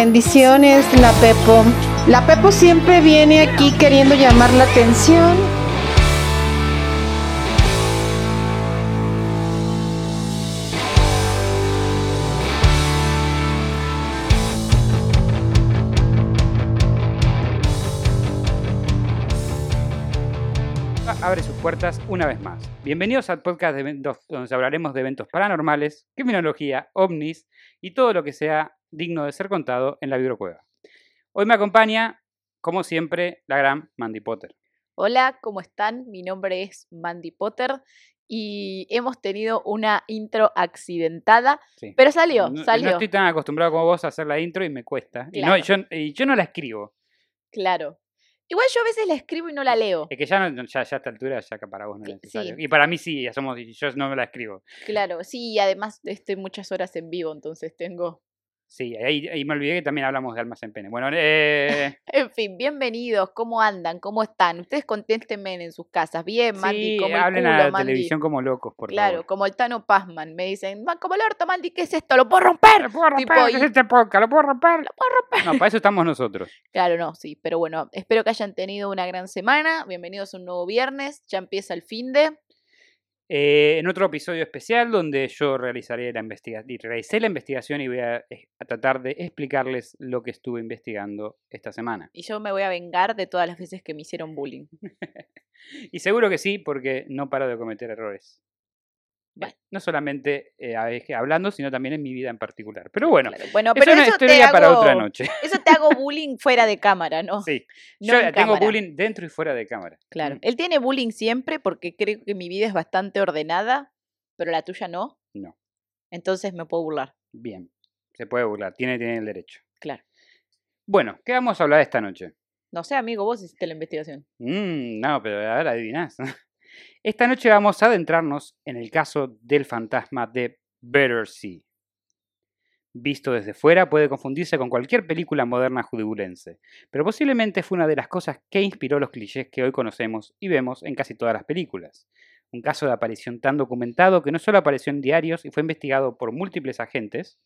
Bendiciones, la Pepo. La Pepo siempre viene aquí queriendo llamar la atención. abre sus puertas una vez más. Bienvenidos al podcast de eventos donde hablaremos de eventos paranormales, criminología, ovnis y todo lo que sea digno de ser contado en la Vibrocueva. Hoy me acompaña, como siempre, la gran Mandy Potter. Hola, ¿cómo están? Mi nombre es Mandy Potter y hemos tenido una intro accidentada, Sí. pero salió, No- salió. No estoy tan acostumbrado como vos a hacer la intro y me cuesta. Y, no, Claro. y yo, y yo no la escribo. Claro. Igual yo a veces la escribo y no la leo. Es que ya, no- ya, ya a esta altura, ya que para vos no Sí. es necesario. Y para mí sí, ya somos, yo no me la escribo. Claro, sí, y además estoy muchas horas en vivo, entonces tengo. Sí, ahí, ahí me olvidé que también hablamos de almas en pene. Bueno, eh, En fin, bienvenidos, ¿cómo andan? ¿cómo están? Ustedes conténtenme en sus casas. Bien, Mandy, sí, como el hablen culo, a la Mandy. televisión como locos, por claro, favor. como el Tano Pazman. Me dicen, "Ma, como el orto, Mandy, ¿qué es esto? ¡Lo puedo romper! ¡Lo puedo Tipo, romper! ¿qué es y- este podcast? ¡Lo puedo romper! ¡Lo puedo romper! No, para eso estamos nosotros. Claro, no, sí, pero bueno, espero que hayan tenido una gran semana. Bienvenidos a un nuevo viernes, ya empieza el fin de. Eh, en otro episodio especial donde yo realizaré la investigación, realicé la investigación y voy a, eh, a tratar de explicarles lo que estuve investigando esta semana. Y yo me voy a vengar de todas las veces que me hicieron bullying. Y seguro que sí, porque no paro de cometer errores. Eh, Bueno. No solamente eh, a veces hablando, sino también en mi vida en particular. Pero bueno, Claro, Bueno, es pero una eso te, historia hago, para otra noche. eso te hago bullying fuera de cámara, ¿no? Sí. No Yo tengo en cámara. bullying dentro y fuera de cámara. Claro. Mm. Él tiene bullying siempre porque creo que mi vida es bastante ordenada, pero la tuya no. No. Entonces me puedo burlar. Bien, se puede burlar, tiene, tiene el derecho. Claro. Bueno, ¿qué vamos a hablar esta noche? No sé, amigo, vos hiciste la investigación. Mm, no, pero a ver, adivinás. Esta noche vamos a adentrarnos en el caso del fantasma de Battersea. Visto desde fuera, puede confundirse con cualquier película moderna hollywoodense, pero posiblemente fue una de las cosas que inspiró los clichés que hoy conocemos y vemos en casi todas las películas. Un caso de aparición tan documentado que no solo apareció en diarios y fue investigado por múltiples agentes,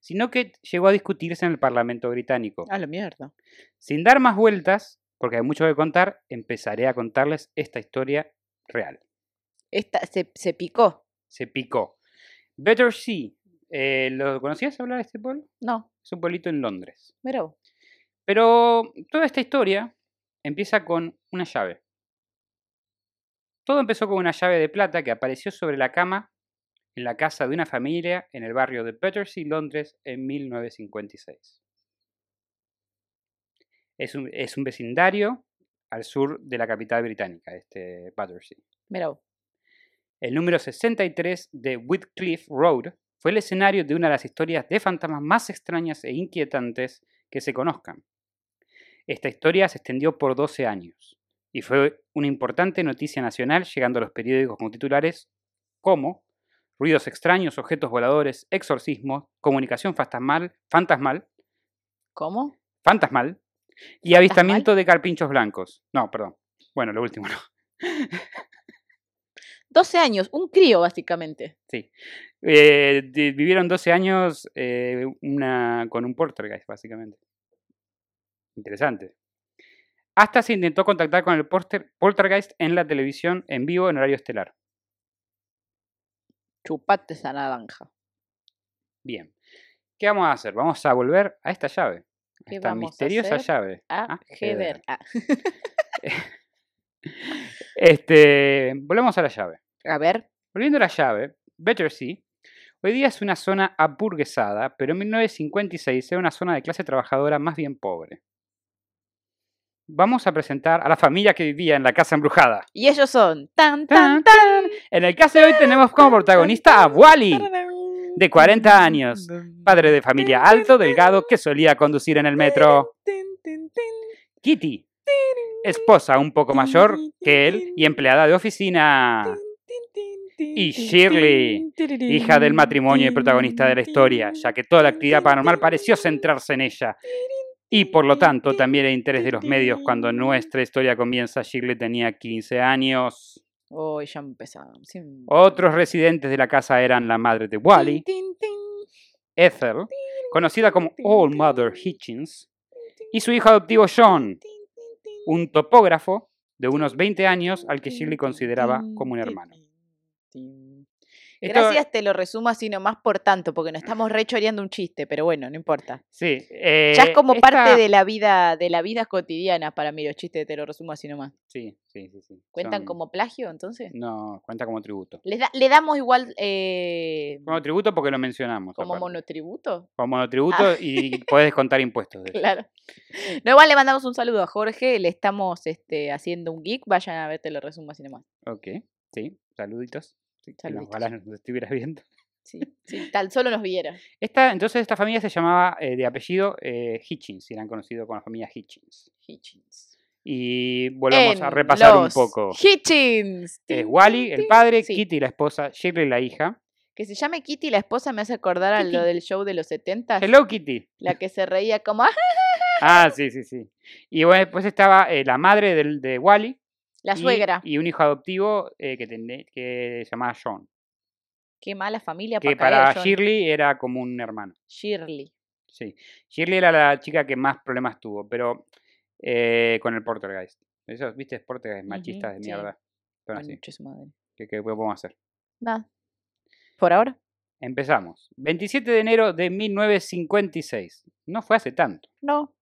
sino que llegó a discutirse en el Parlamento británico. A la mierda. Sin dar más vueltas, porque hay mucho que contar, empezaré a contarles esta historia real. Esta, se, se picó. Se picó. Better Sea. eh, ¿Lo conocías hablar de este pueblo? No, Es un pueblito en Londres. mira vos. Pero toda esta historia empieza con una llave. Todo empezó con una llave de plata que apareció sobre la cama en la casa de una familia en el barrio de Battersea, Londres, en 1956. Es un, es un vecindario al sur de la capital británica, este Battersea. Mira vos. El número 63 de Whitcliffe Road fue el escenario de una de las historias de fantasmas más extrañas e inquietantes que se conozcan. Esta historia se extendió por 12 años y fue una importante noticia nacional llegando a los periódicos con titulares como ruidos extraños, objetos voladores, exorcismos, comunicación fantasmal, fantasmal, ¿Cómo? fantasmal y avistamiento de carpinchos blancos. No, perdón. Bueno, lo último no. 12 años, un crío básicamente. Eh, di- vivieron 12 años eh, una, con un poltergeist, básicamente. Interesante. Hasta se intentó contactar con el porter- poltergeist en la televisión en vivo en horario estelar. Chupate esa naranja. Bien. ¿Qué vamos a hacer? Vamos a volver a esta llave. A ¿Qué esta vamos a misteriosa hacer? llave. A Ah, qué Heber. Ah, Este, volvemos a la llave. a ver, Volviendo a la llave, Battersea hoy día es una zona aburguesada, pero en 1956 era una zona de clase trabajadora más bien pobre. Vamos a presentar a la familia que vivía en la casa embrujada. y ellos son tan Tan, tan tan. En el caso de hoy tenemos como protagonista a Wally, de 40 años, padre de familia alto, delgado, que solía conducir en el metro. Kitty, esposa un poco mayor que él y empleada de oficina. Y Shirley, hija del matrimonio y protagonista de la historia, ya que toda la actividad paranormal pareció centrarse en ella. Y por lo tanto, también el interés de los medios cuando nuestra historia comienza, Shirley tenía 15 años. Oh, ya empezaron. siempre. Otros residentes de la casa eran la madre de Wally, Ethel, conocida como All Mother Hitchens, y su hijo adoptivo John, un topógrafo de unos 20 años al que Shirley consideraba como un hermano. Esto- Gracias, te lo resumo así nomás por tanto, porque nos estamos rechoreando un chiste, pero bueno, no importa. Sí, eh, ya es como esta- parte de la vida, de la vida cotidiana para mí los chistes, te lo resumo así nomás. Sí, sí, sí. sí. ¿Cuentan Son- Mm. como plagio entonces? No, cuenta como tributo. ¿Les da- le damos igual eh, Como tributo porque lo mencionamos. como aparte. monotributo? Como monotributo Ah. y puedes descontar impuestos. de eso. Claro. No, igual le mandamos un saludo a Jorge, le estamos este, haciendo un geek, vayan a ver, te lo resumo así nomás. Ok, sí, saluditos. Sí, que no- Saluditos. Ojalá nos estuvieras viendo. Sí, sí, tan solo nos viera. Esta, entonces esta familia se llamaba eh, de apellido eh, Hitchins, eran conocidos con la familia Hitchins. Hitchins. Y volvemos En a repasar un los poco. Hitchins. Es Tin, Wally, tin, el tin. padre, Sí. Kitty, la esposa, Shirley, la hija. Que se llame Kitty la esposa me hace acordar a lo Kitty. del show de los 70 Hello, Kitty. la que se reía como "Ah", Ah, sí, sí, sí. Y bueno, después estaba eh, la madre del- de Wally. la y- suegra. Y, un hijo adoptivo eh, que, tende- que se llamaba John. Qué mala familia Que para para caer, John. Shirley era como un hermano. Shirley. Sí. Shirley era la chica que más problemas tuvo, pero eh, con el Portergeist. Esos, viste, Portergeist machistas de sí. mierda. Son así. Concha su madre. ¿Qué, qué podemos hacer? Nada. Por ahora. Empezamos. 27 de enero de 1956. No fue hace tanto. No.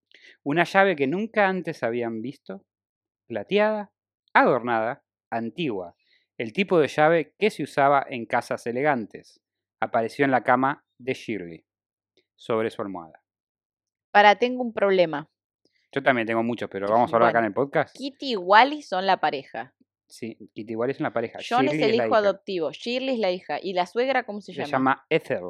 Una llave que nunca antes habían visto, plateada, adornada, antigua, el tipo de llave que se usaba en casas elegantes, apareció en la cama de Shirley, sobre su almohada. Para tengo un problema. Yo también tengo muchos, pero vamos a hablar acá en el podcast. Kitty y Wally son la pareja. Sí, Kitty igual es una pareja. John Shirley es el la hijo hija. adoptivo. Shirley es la hija. ¿Y la suegra cómo se Se llama? llama Ethel,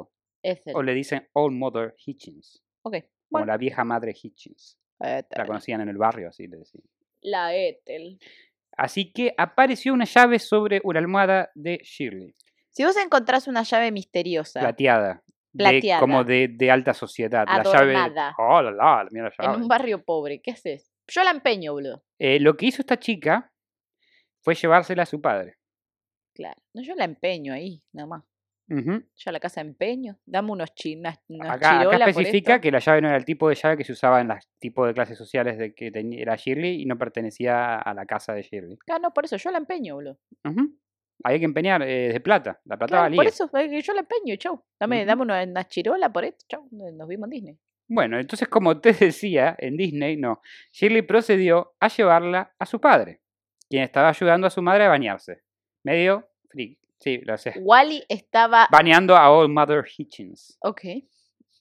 Ethel. o le dicen Old Mother Hitchens, Ok. Eh, como Bueno. la vieja madre Hitchens. La Ethel. conocían en el barrio, así le decían. La Ethel. Así que apareció una llave sobre una almohada de Shirley. Si vos encontrás una llave misteriosa plateada. de- Plateada. como de, de alta sociedad. La llave. Adornada. Oh, la, la, la, mira la en llave. un barrio pobre, ¿qué haces? Yo la empeño, boludo. Eh, lo que hizo esta chica fue llevársela a su padre. Claro. No, yo la empeño ahí, nada más. Ujú. Yo a la casa empeño. Dame unos chinas, unos Acá, acá chirola por especifica esto. que la llave no era el tipo de llave que se usaba en los tipos de clases sociales de que tenía, era Shirley y no pertenecía a la casa de Shirley. Ah, no, por eso yo la empeño, boludo. Ujú. Había que empeñar eh, de plata. La plata Claro, valía. por eso eh, que yo la empeño, chau. Dame, Ujú. dame una, una chirola por esto, chau. no- Nos vimos en Disney. Bueno, entonces, como te decía, en Disney, no. Shirley procedió a llevarla a su padre, quien estaba ayudando a su madre a bañarse. Medio freak. Sí, lo sé. Wally estaba. Baneando a Old Mother Hitchens. Ok.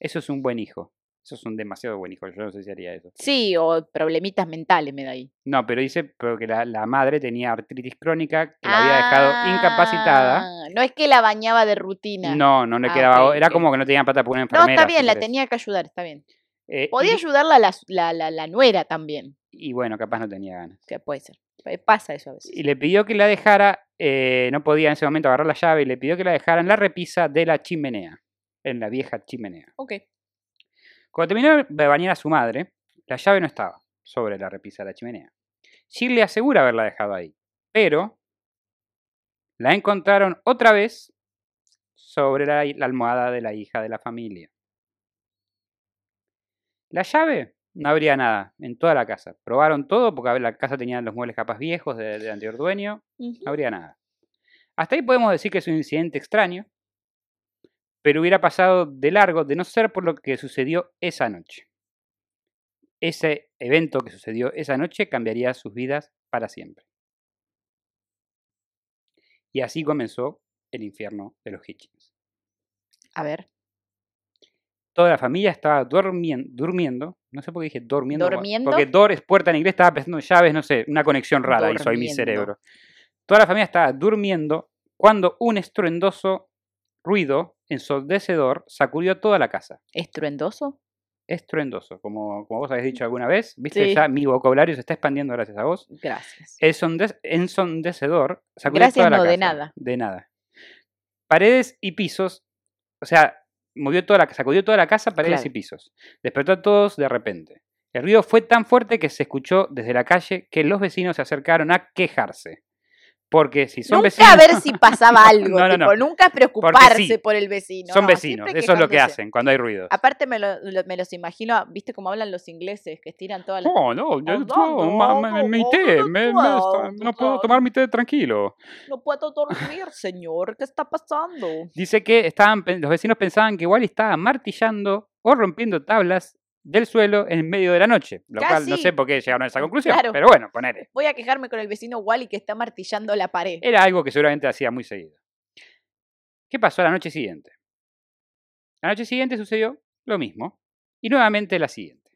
Eso es un buen hijo. Eso es un demasiado buen hijo. Yo no sé si haría eso. Sí, o problemitas mentales me da ahí. No, pero dice pero que la, la madre tenía artritis crónica que la había dejado incapacitada. Ah, No es que la bañaba de rutina. No, no le Ah, quedaba. ok, Era ok. como que no tenía plata para una No, enfermera. está si bien, la querés. tenía que ayudar, está bien. Eh, Podía y, ayudarla la, la, la, la nuera también, y bueno, capaz no tenía ganas. que puede ser. Eh, Pasa eso a veces. Y le pidió que la dejara. eh, no podía en ese momento agarrar la llave y le pidió que la dejara en la repisa de la chimenea. En la vieja chimenea. Ok. Cuando terminó de bañar a su madre, la llave no estaba sobre la repisa de la chimenea. Shirley asegura haberla dejado ahí, pero la encontraron otra vez sobre la, la almohada de la hija de la familia. La llave no habría nada en toda la casa. Probaron todo porque la casa tenía los muebles capas viejos de- del anterior dueño. Ujú. No habría nada. Hasta ahí podemos decir que es un incidente extraño, pero hubiera pasado de largo de no ser por lo que sucedió esa noche. Ese evento que sucedió esa noche cambiaría sus vidas para siempre. Y así comenzó el infierno de los Hitchens. A ver, Toda la familia estaba durmien- durmiendo, no sé por qué dije durmiendo, como- ¿Dormiendo? porque door es puerta en inglés, estaba pensando en llaves, no sé, una conexión rara hizo ahí mi Dormiendo. cerebro. Toda la familia estaba durmiendo cuando un estruendoso ruido ensordecedor sacudió toda la casa. estruendoso. Estruendoso, como, como vos habéis dicho alguna vez, viste, Sí. ya mi vocabulario se está expandiendo gracias a vos. Gracias. El sonde- ensondecedor sacudió Gracias, toda la no, de casa. nada. De nada. Paredes y pisos, o sea, movió toda la, sacudió toda la casa, paredes Claro. y pisos. Despertó a todos de repente. El ruido fue tan fuerte que se escuchó desde la calle que los vecinos se acercaron a quejarse. Porque si son nunca vecinos. a ver si pasaba algo. No, no, tipo, no. Nunca preocuparse sí, por el vecino. son no, vecinos, siempre eso es lo que quejándose. Ah, hacen cuando hay ruido. Aparte me, lo- lo- me los imagino, viste cómo hablan los ingleses, que estiran todas las... Oh, no, yo- Hablando, yo- ma- ma- hablando, mi té, hablando, me- me- no puedo tomar mi té tranquilo. No puedo dormir, señor, ¿qué está pasando? Dice que estaban, pen- los vecinos pensaban que Wally estaba martillando o rompiendo tablas del suelo en medio de la noche. Lo cual no Casi. sé por qué llegaron a esa conclusión. Claro. Pero bueno, ponele. Voy a quejarme con el vecino Wally que está martillando la pared. Era algo que seguramente hacía muy seguido. ¿Qué pasó la noche siguiente? La noche siguiente sucedió lo mismo. Y nuevamente la siguiente.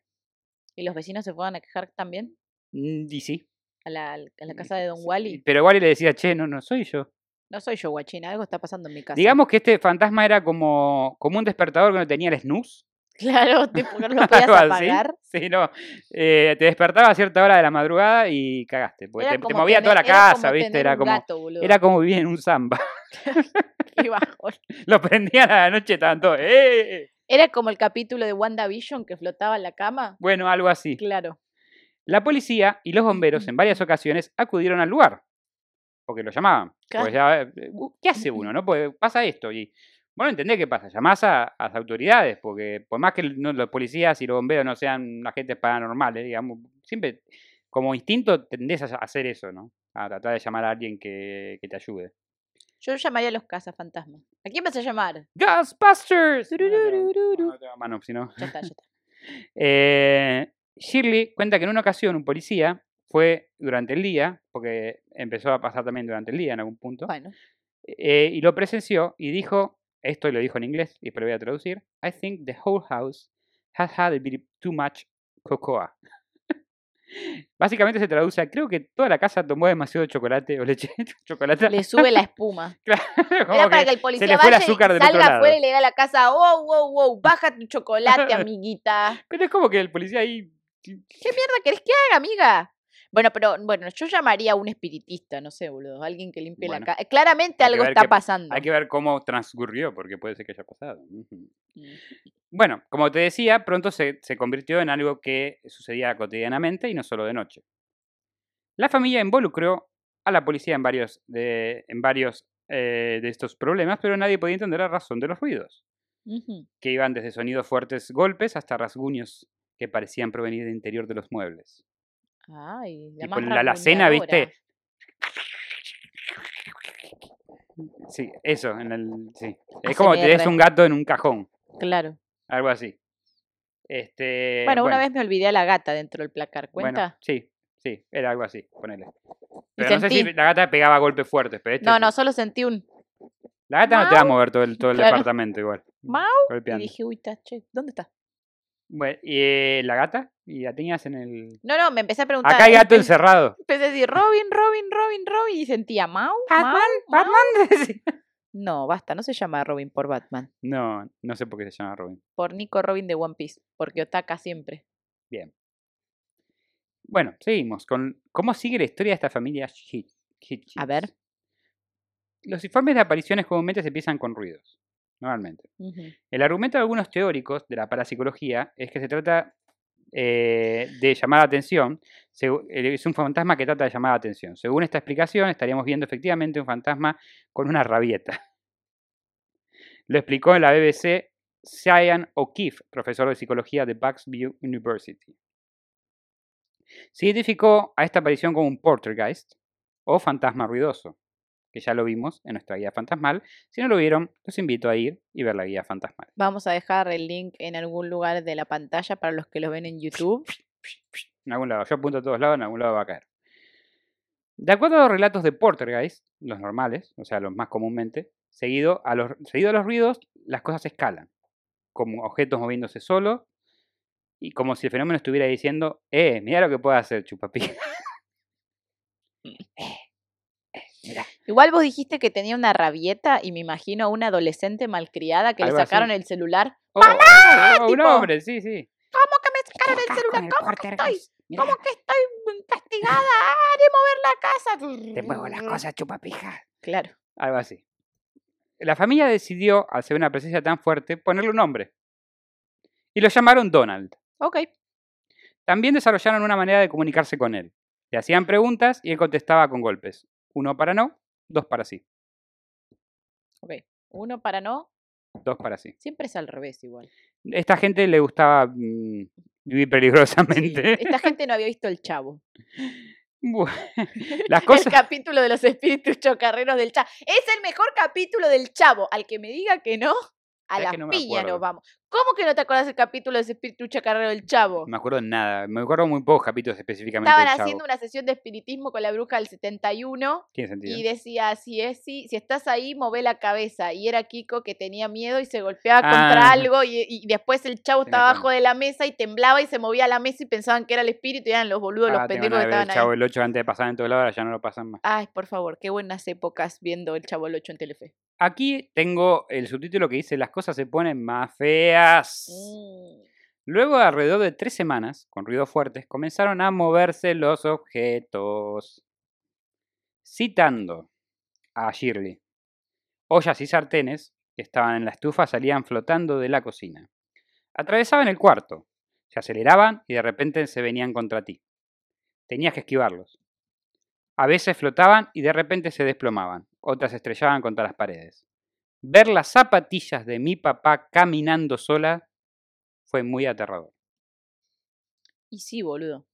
¿Y los vecinos se fueron a quejar también? Mm, Y sí. ¿A la, a Mm, la casa de Don Wally? Pero Wally le decía, che, no, no soy yo. No soy yo, guachina, algo está pasando en mi casa. Digamos que este fantasma era como, como un despertador que no tenía el snooze. Claro, tipo, que no lo podías algo así. apagar. Sí, no. Eh, te despertaba a cierta hora de la madrugada y cagaste. Porque Era te, te como movía toda la tener- era casa, como ¿viste? tener Era un como, gato, boludo. era como vivir en un samba. Qué bajón. Lo prendían a la noche tanto. ¡Eh! Era como el capítulo de WandaVision que flotaba en la cama. Bueno, algo así. Claro. La policía y los bomberos en varias ocasiones acudieron al lugar. Porque lo llamaban. Claro. Porque ya, eh, u- ¿Qué hace uno? no? Porque pasa esto. Y bueno, entendés qué pasa. Llamás a, a las autoridades. Porque por más que el- no, los policías y los bomberos no sean agentes paranormales, digamos, siempre como instinto tendés a hacer eso, ¿no? A tratar de llamar a alguien que, que te ayude. Yo llamaría a los cazafantasmas. ¿A quién vas a llamar? ¡Ghostbusters! No, no, Tururururu. no, no, mano, si no. Ya está, ya está. Eh, Shirley cuenta que en una ocasión un policía fue durante el día, porque empezó a pasar también durante el día en algún punto, Bueno, eh, y lo presenció y dijo, esto lo dijo en inglés y pero lo voy a traducir, I think the whole house has had a bit too much cocoa. Básicamente se traduce a, creo que toda la casa tomó demasiado chocolate o leche, chocolate. le sube la espuma. Era para que el policía le fue el vaya y azúcar del otro salga afuera lado. y le diga a la casa, wow, wow, wow, baja tu chocolate, amiguita. Pero es como que el policía ahí... ¿Qué mierda querés que haga, amiga? Bueno, pero bueno, yo llamaría a un espiritista, no sé, boludo, alguien que limpie Bueno, la casa. Claramente hay que algo ver está qué- pasando. Hay que ver cómo transcurrió, porque puede ser que haya pasado. Ujú. Mm. Bueno, como te decía, pronto se, se convirtió en algo que sucedía cotidianamente y no solo de noche. La familia involucró a la policía en varios de, en varios, eh, de estos problemas, pero nadie podía entender la razón de los ruidos, Ujú. que iban desde sonidos fuertes golpes hasta rasguños que parecían provenir del interior de los muebles. Ay, la Y más con la alacena, rasguñadora. viste. Sí, eso, en el, sí. es como ASMR. te des un gato en un cajón, Claro. algo así. Este, bueno, una vez me olvidé a la gata dentro del placar, Bueno, ¿cuenta? sí, sí, era algo así, ponele. Y Pero no sé si sentí- la gata pegaba golpes fuertes, pero este No, sí. no, solo sentí un La gata no te va a mover todo el, todo el Claro. departamento igual. mau y golpeando. dije, uy, está, che, ¿dónde está? Bueno, y eh, la gata, y la tenías en el. No, no, me empecé a preguntar. Acá hay gato empe- encerrado. Empecé a decir, Robin, Robin, Robin, Robin, y sentía, Mau, Batman, Mau. Batman. No, basta, no se llama Robin por Batman, No, no sé por qué se llama Robin. por Nico Robin de One Piece, porque Otaka siempre. Bueno, seguimos con cómo sigue la historia de esta familia Hitch- Hitchens. A ver. Los informes de apariciones comúnmente se empiezan con ruidos, normalmente. Ujú. El argumento de algunos teóricos de la parapsicología es que se trata eh, de llamar la atención, segu- eh, es un fantasma que trata de llamar la atención. Según esta explicación, estaríamos viendo efectivamente un fantasma con una rabieta. Lo explicó en la BBC Cyan O'Keefe, profesor de psicología de Bucksview University. Se identificó a esta aparición como un poltergeist o fantasma ruidoso, que ya lo vimos en nuestra guía fantasmal. Si no lo vieron, los invito a ir y ver la guía fantasmal. Vamos a dejar el link en algún lugar de la pantalla para los que lo ven en YouTube. En algún lado. Yo apunto a todos lados, en algún lado va a caer. De acuerdo a los relatos de Poltergeist, los normales, o sea, los más comúnmente, seguido a los, seguido a los ruidos, las cosas escalan, como objetos moviéndose solos, y como si el fenómeno estuviera diciendo, eh, mira lo que puede hacer, chupapi. Igual vos dijiste que tenía una rabieta y me imagino a una adolescente malcriada que Algo le así. sacaron el celular. Oh, oh, un tipo. hombre, sí, sí. ¿Cómo que me sacaron el celular? ¿Cómo que estoy? ¿Cómo que estoy castigada? ¡Ah, de mover la casa! Te muevo las cosas, chupapija. Claro. Algo así. La familia decidió, al ser una presencia tan fuerte, ponerle un nombre. Y lo llamaron Donald. Ok. También desarrollaron una manera de comunicarse con él. Le hacían preguntas y él contestaba con golpes. Uno para no, dos para sí. Ok. Uno para no. Dos para sí. Siempre es al revés igual. Esta gente le gustaba mm, vivir Sí, peligrosamente. Esta gente no había visto el chavo. Bueno, las cosas. El capítulo de los espíritus chocarreros del chavo. Es el mejor capítulo del chavo. Al que me diga que no, a Sabes la que no me piña acuerdo. nos vamos. ¿Cómo que no te acordás del capítulo de los espíritus chocarreros del chavo? No me acuerdo de nada. Me acuerdo muy pocos capítulos específicamente. Estaban del Chavo. haciendo una sesión de espiritismo con la bruja del 71 Tiene sentido. y decía, si, es, si, si estás ahí, move la cabeza. Y era Kiko que tenía miedo y se golpeaba contra Ah. algo y, y después el chavo Tenés estaba razón. abajo de la mesa y temblaba y se movía a la mesa y pensaban que era el espíritu y eran los boludos, los Ah, tengo pendejos que ganas de ver el estaban ahí. Chavo el 8 antes de pasar en todos lados, ahora ya no lo pasan más. Ay, por favor, qué buenas épocas viendo el Chavo el 8 en Telefe. Aquí tengo el subtítulo que dice: Las cosas se ponen más feas. Mm. Luego, alrededor de tres semanas, con ruidos fuertes, comenzaron a moverse los objetos. Citando a Shirley, ollas y sartenes que estaban en la estufa salían flotando de la cocina. Atravesaban el cuarto, se aceleraban y de repente se venían contra ti. Tenías que esquivarlos. A veces flotaban y de repente se desplomaban, otras estrellaban contra las paredes. Ver las zapatillas de mi papá caminando sola fue muy aterrador. Y sí, boludo.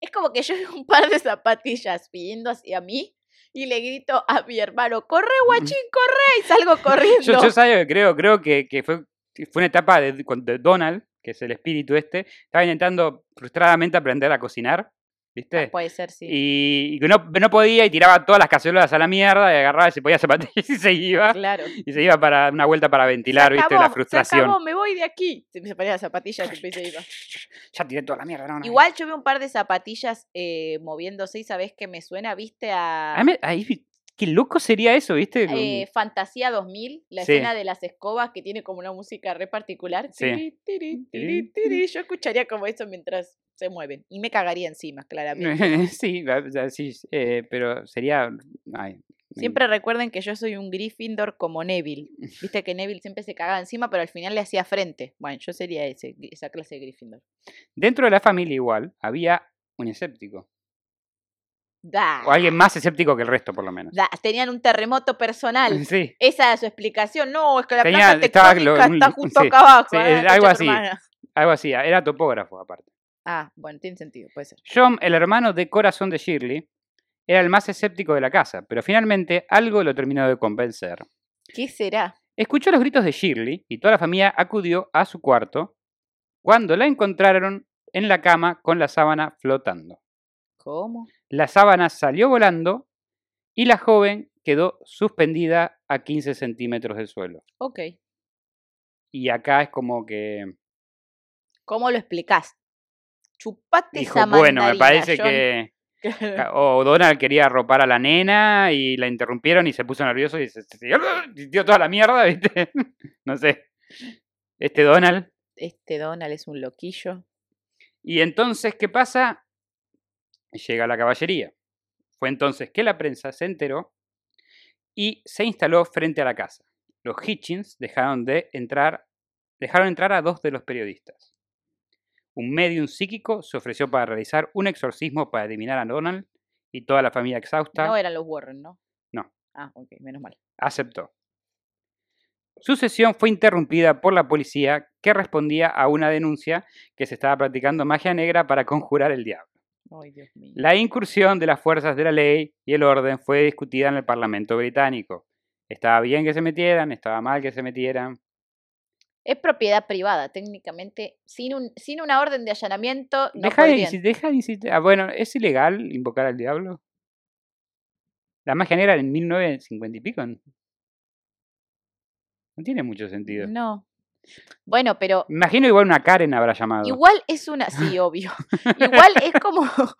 Es como que yo veo un par de zapatillas viniendo hacia mí y le grito a mi hermano, corre, guachín, corre, y salgo corriendo. Yo, yo sabía que creo, creo que, que fue, que fue una etapa de, con- de Donald, que es el espíritu este, estaba intentando frustradamente aprender a cocinar, Ah, ¿viste? Puede ser, sí. Y, y que no, no podía y tiraba todas las cacerolas a la mierda y agarraba y se podía zapatillas y se iba. Claro. Y se iba para una vuelta para ventilar, ¿viste? acabó, La se frustración. acabó, me voy de aquí. Se me ponía las zapatillas y empecé a ir. Ya tiré toda la mierda, no, no. Igual yo veo un par de zapatillas eh, moviéndose y sabes que me suena, viste a... Ay, me- ay, vi- qué loco sería eso, ¿viste? Con- eh, Fantasía 2000, la Sí. escena de las escobas que tiene como una música re particular. Sí. Tiri, tiri, tiri, Tiri, tiri. Yo escucharía como eso mientras se mueven y me cagaría encima, claramente. sí, la- la- sí, eh, pero sería... ay, me- Siempre recuerden que yo soy un Gryffindor como Neville. Viste que Neville siempre se cagaba encima, pero al final le hacía frente. Bueno, yo sería ese, esa clase de Gryffindor. Dentro de la familia igual había un escéptico. Da, O alguien más escéptico que el resto, por lo menos. da. Tenían un terremoto personal. Sí, Esa era su explicación. No, es que la Tenía- placa estaba tectónica lo- un- está justo sí, acá abajo. sí, ah, es concha algo tu así. hermana. algo así. Era topógrafo, aparte. Ah, bueno, tiene sentido, puede ser. John, el hermano de corazón de Shirley, era el más escéptico de la casa, pero finalmente algo lo terminó de convencer. ¿Qué será? Escuchó los gritos de Shirley y toda la familia acudió a su cuarto cuando la encontraron en la cama con la sábana flotando. ¿Cómo? La sábana salió volando y la joven quedó suspendida a 15 centímetros del suelo. Ok. Y acá es como que... ¿Cómo lo explicás? Chupate Dijo, esa bueno, me mandarina, parece John". que... Claro. Ca- O Donald quería arropar a la nena y la interrumpieron y se puso nervioso y se, se- se- y dio toda la mierda, ¿viste? No sé. Este Donald. Este Donald es un loquillo. Y entonces, ¿qué pasa? Llega la caballería. Fue entonces que la prensa se enteró y se instaló frente a la casa. Los Hitchins dejaron de entrar, dejaron entrar a dos de los periodistas. Un medium psíquico se ofreció para realizar un exorcismo para eliminar a Donald y toda la familia exhausta. No eran los Warren, ¿no? No. Ah, ok, menos mal. aceptó. Su sesión fue interrumpida por la policía que respondía a una denuncia que se estaba practicando magia negra para conjurar el diablo. Ay, Dios mío. La incursión de las fuerzas de la ley y el orden fue discutida en el Parlamento británico. Estaba bien que se metieran, estaba mal que se metieran. Es propiedad privada, técnicamente. Sin, un, sin una orden de allanamiento, no Deja de, podrían. insi- deja de insistir. Ah, bueno, ¿es ilegal invocar al diablo? La magia negra en 1950 y pico. No No tiene mucho sentido. No. Bueno, pero Imagino igual una Karen habrá llamado. igual es una... Sí, obvio. Igual es como...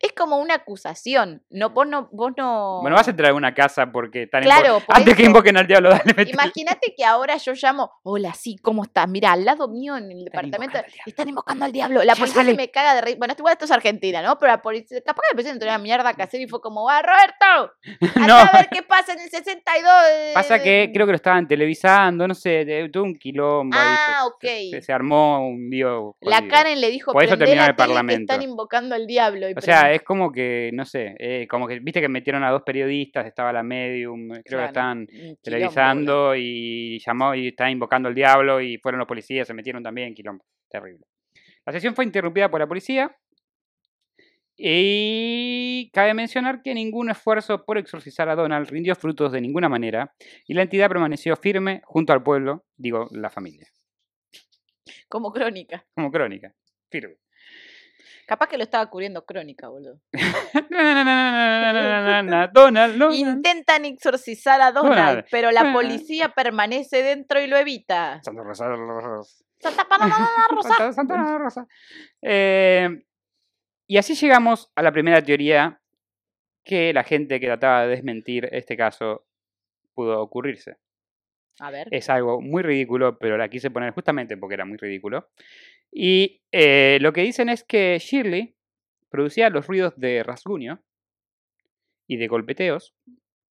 Es como una acusación. No, vos no... Vos no... Bueno, vas a entrar a una casa porque están Claro, invo- por Antes que eso. invoquen al diablo, dale, metele. Imagínate que ahora yo llamo, hola, sí, ¿cómo estás? Mira, al lado mío en el departamento invocando al diablo. están invocando al diablo. La Ya policía se sale. me caga de reír. Bueno, esto- igual esto es Argentina, ¿no? Pero la policía, capaz que la policía entró una mierda que hacer y fue como, ¡ah, Roberto! Anda No. a ver qué pasa en el 62. de- Pasa que de- creo que lo estaban televisando, no sé, de- tuvo un quilombo. ahí, se- Ah, se- ok. Se, se armó un lío. La jodido. Karen le dijo, Por eso prendé terminó la en el tele que Parlamento. están invocando al diablo. Y O O sea, es como que, no sé, eh, como que, viste que metieron a dos periodistas, estaba la medium, creo que estaban televisando y llamó y estaba invocando al diablo y fueron los policías, se metieron también, quilombo, terrible. La sesión fue interrumpida por la policía y cabe mencionar que ningún esfuerzo por exorcizar a Donald rindió frutos de ninguna manera y la entidad permaneció firme junto al pueblo, digo, la familia, Como crónica. como crónica, firme. Capaz que lo estaba cubriendo crónica, boludo. Donald, Donald. Intentan exorcizar a Donald, Donald. pero la Bueno. policía permanece dentro y lo evita. Santa Rosa, Rosa, Santa Mm. Panadana Rosa. Santa- Santa Rosa. Eh, y así llegamos a la primera teoría que la gente que trataba de desmentir este caso pudo ocurrirse. A ver. Es algo muy ridículo, pero la quise poner justamente porque era muy ridículo. Y eh, lo que dicen es que Shirley producía los ruidos de rasguño y de golpeteos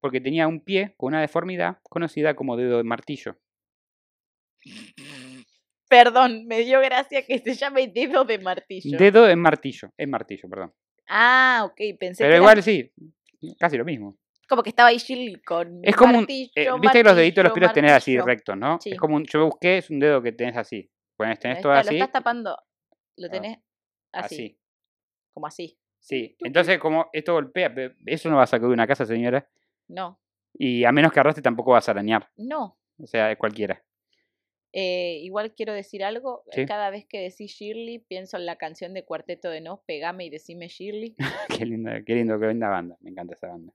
porque tenía un pie con una deformidad conocida como dedo de martillo. Perdón, me dio gracia que se llame dedo de martillo. Dedo en martillo, en martillo, perdón. Ah, ok, pensé que Pero era igual sí, casi lo mismo. como que estaba ahí Shirley con Es como un. eh, martillo, Viste que los deditos de los martillo, pies tenés así martillo. rectos, ¿no? Sí. Es como un. Yo busqué, es un dedo que tenés así. Pues Ahí tenés está, todo así. Lo estás tapando. Lo Ah, tenés así, así. como así. Sí. Entonces, como esto golpea, pe- eso no va a sacar de una casa, señora. No, Y a menos que arrastre tampoco vas a arañar. no. O sea, cualquiera. Eh, igual quiero decir algo. Eh, Sí. Cada vez que decís Shirley, pienso en la canción de Cuarteto de No, Pegame y decime Shirley. Qué lindo, qué lindo que venda banda. Me encanta esa banda.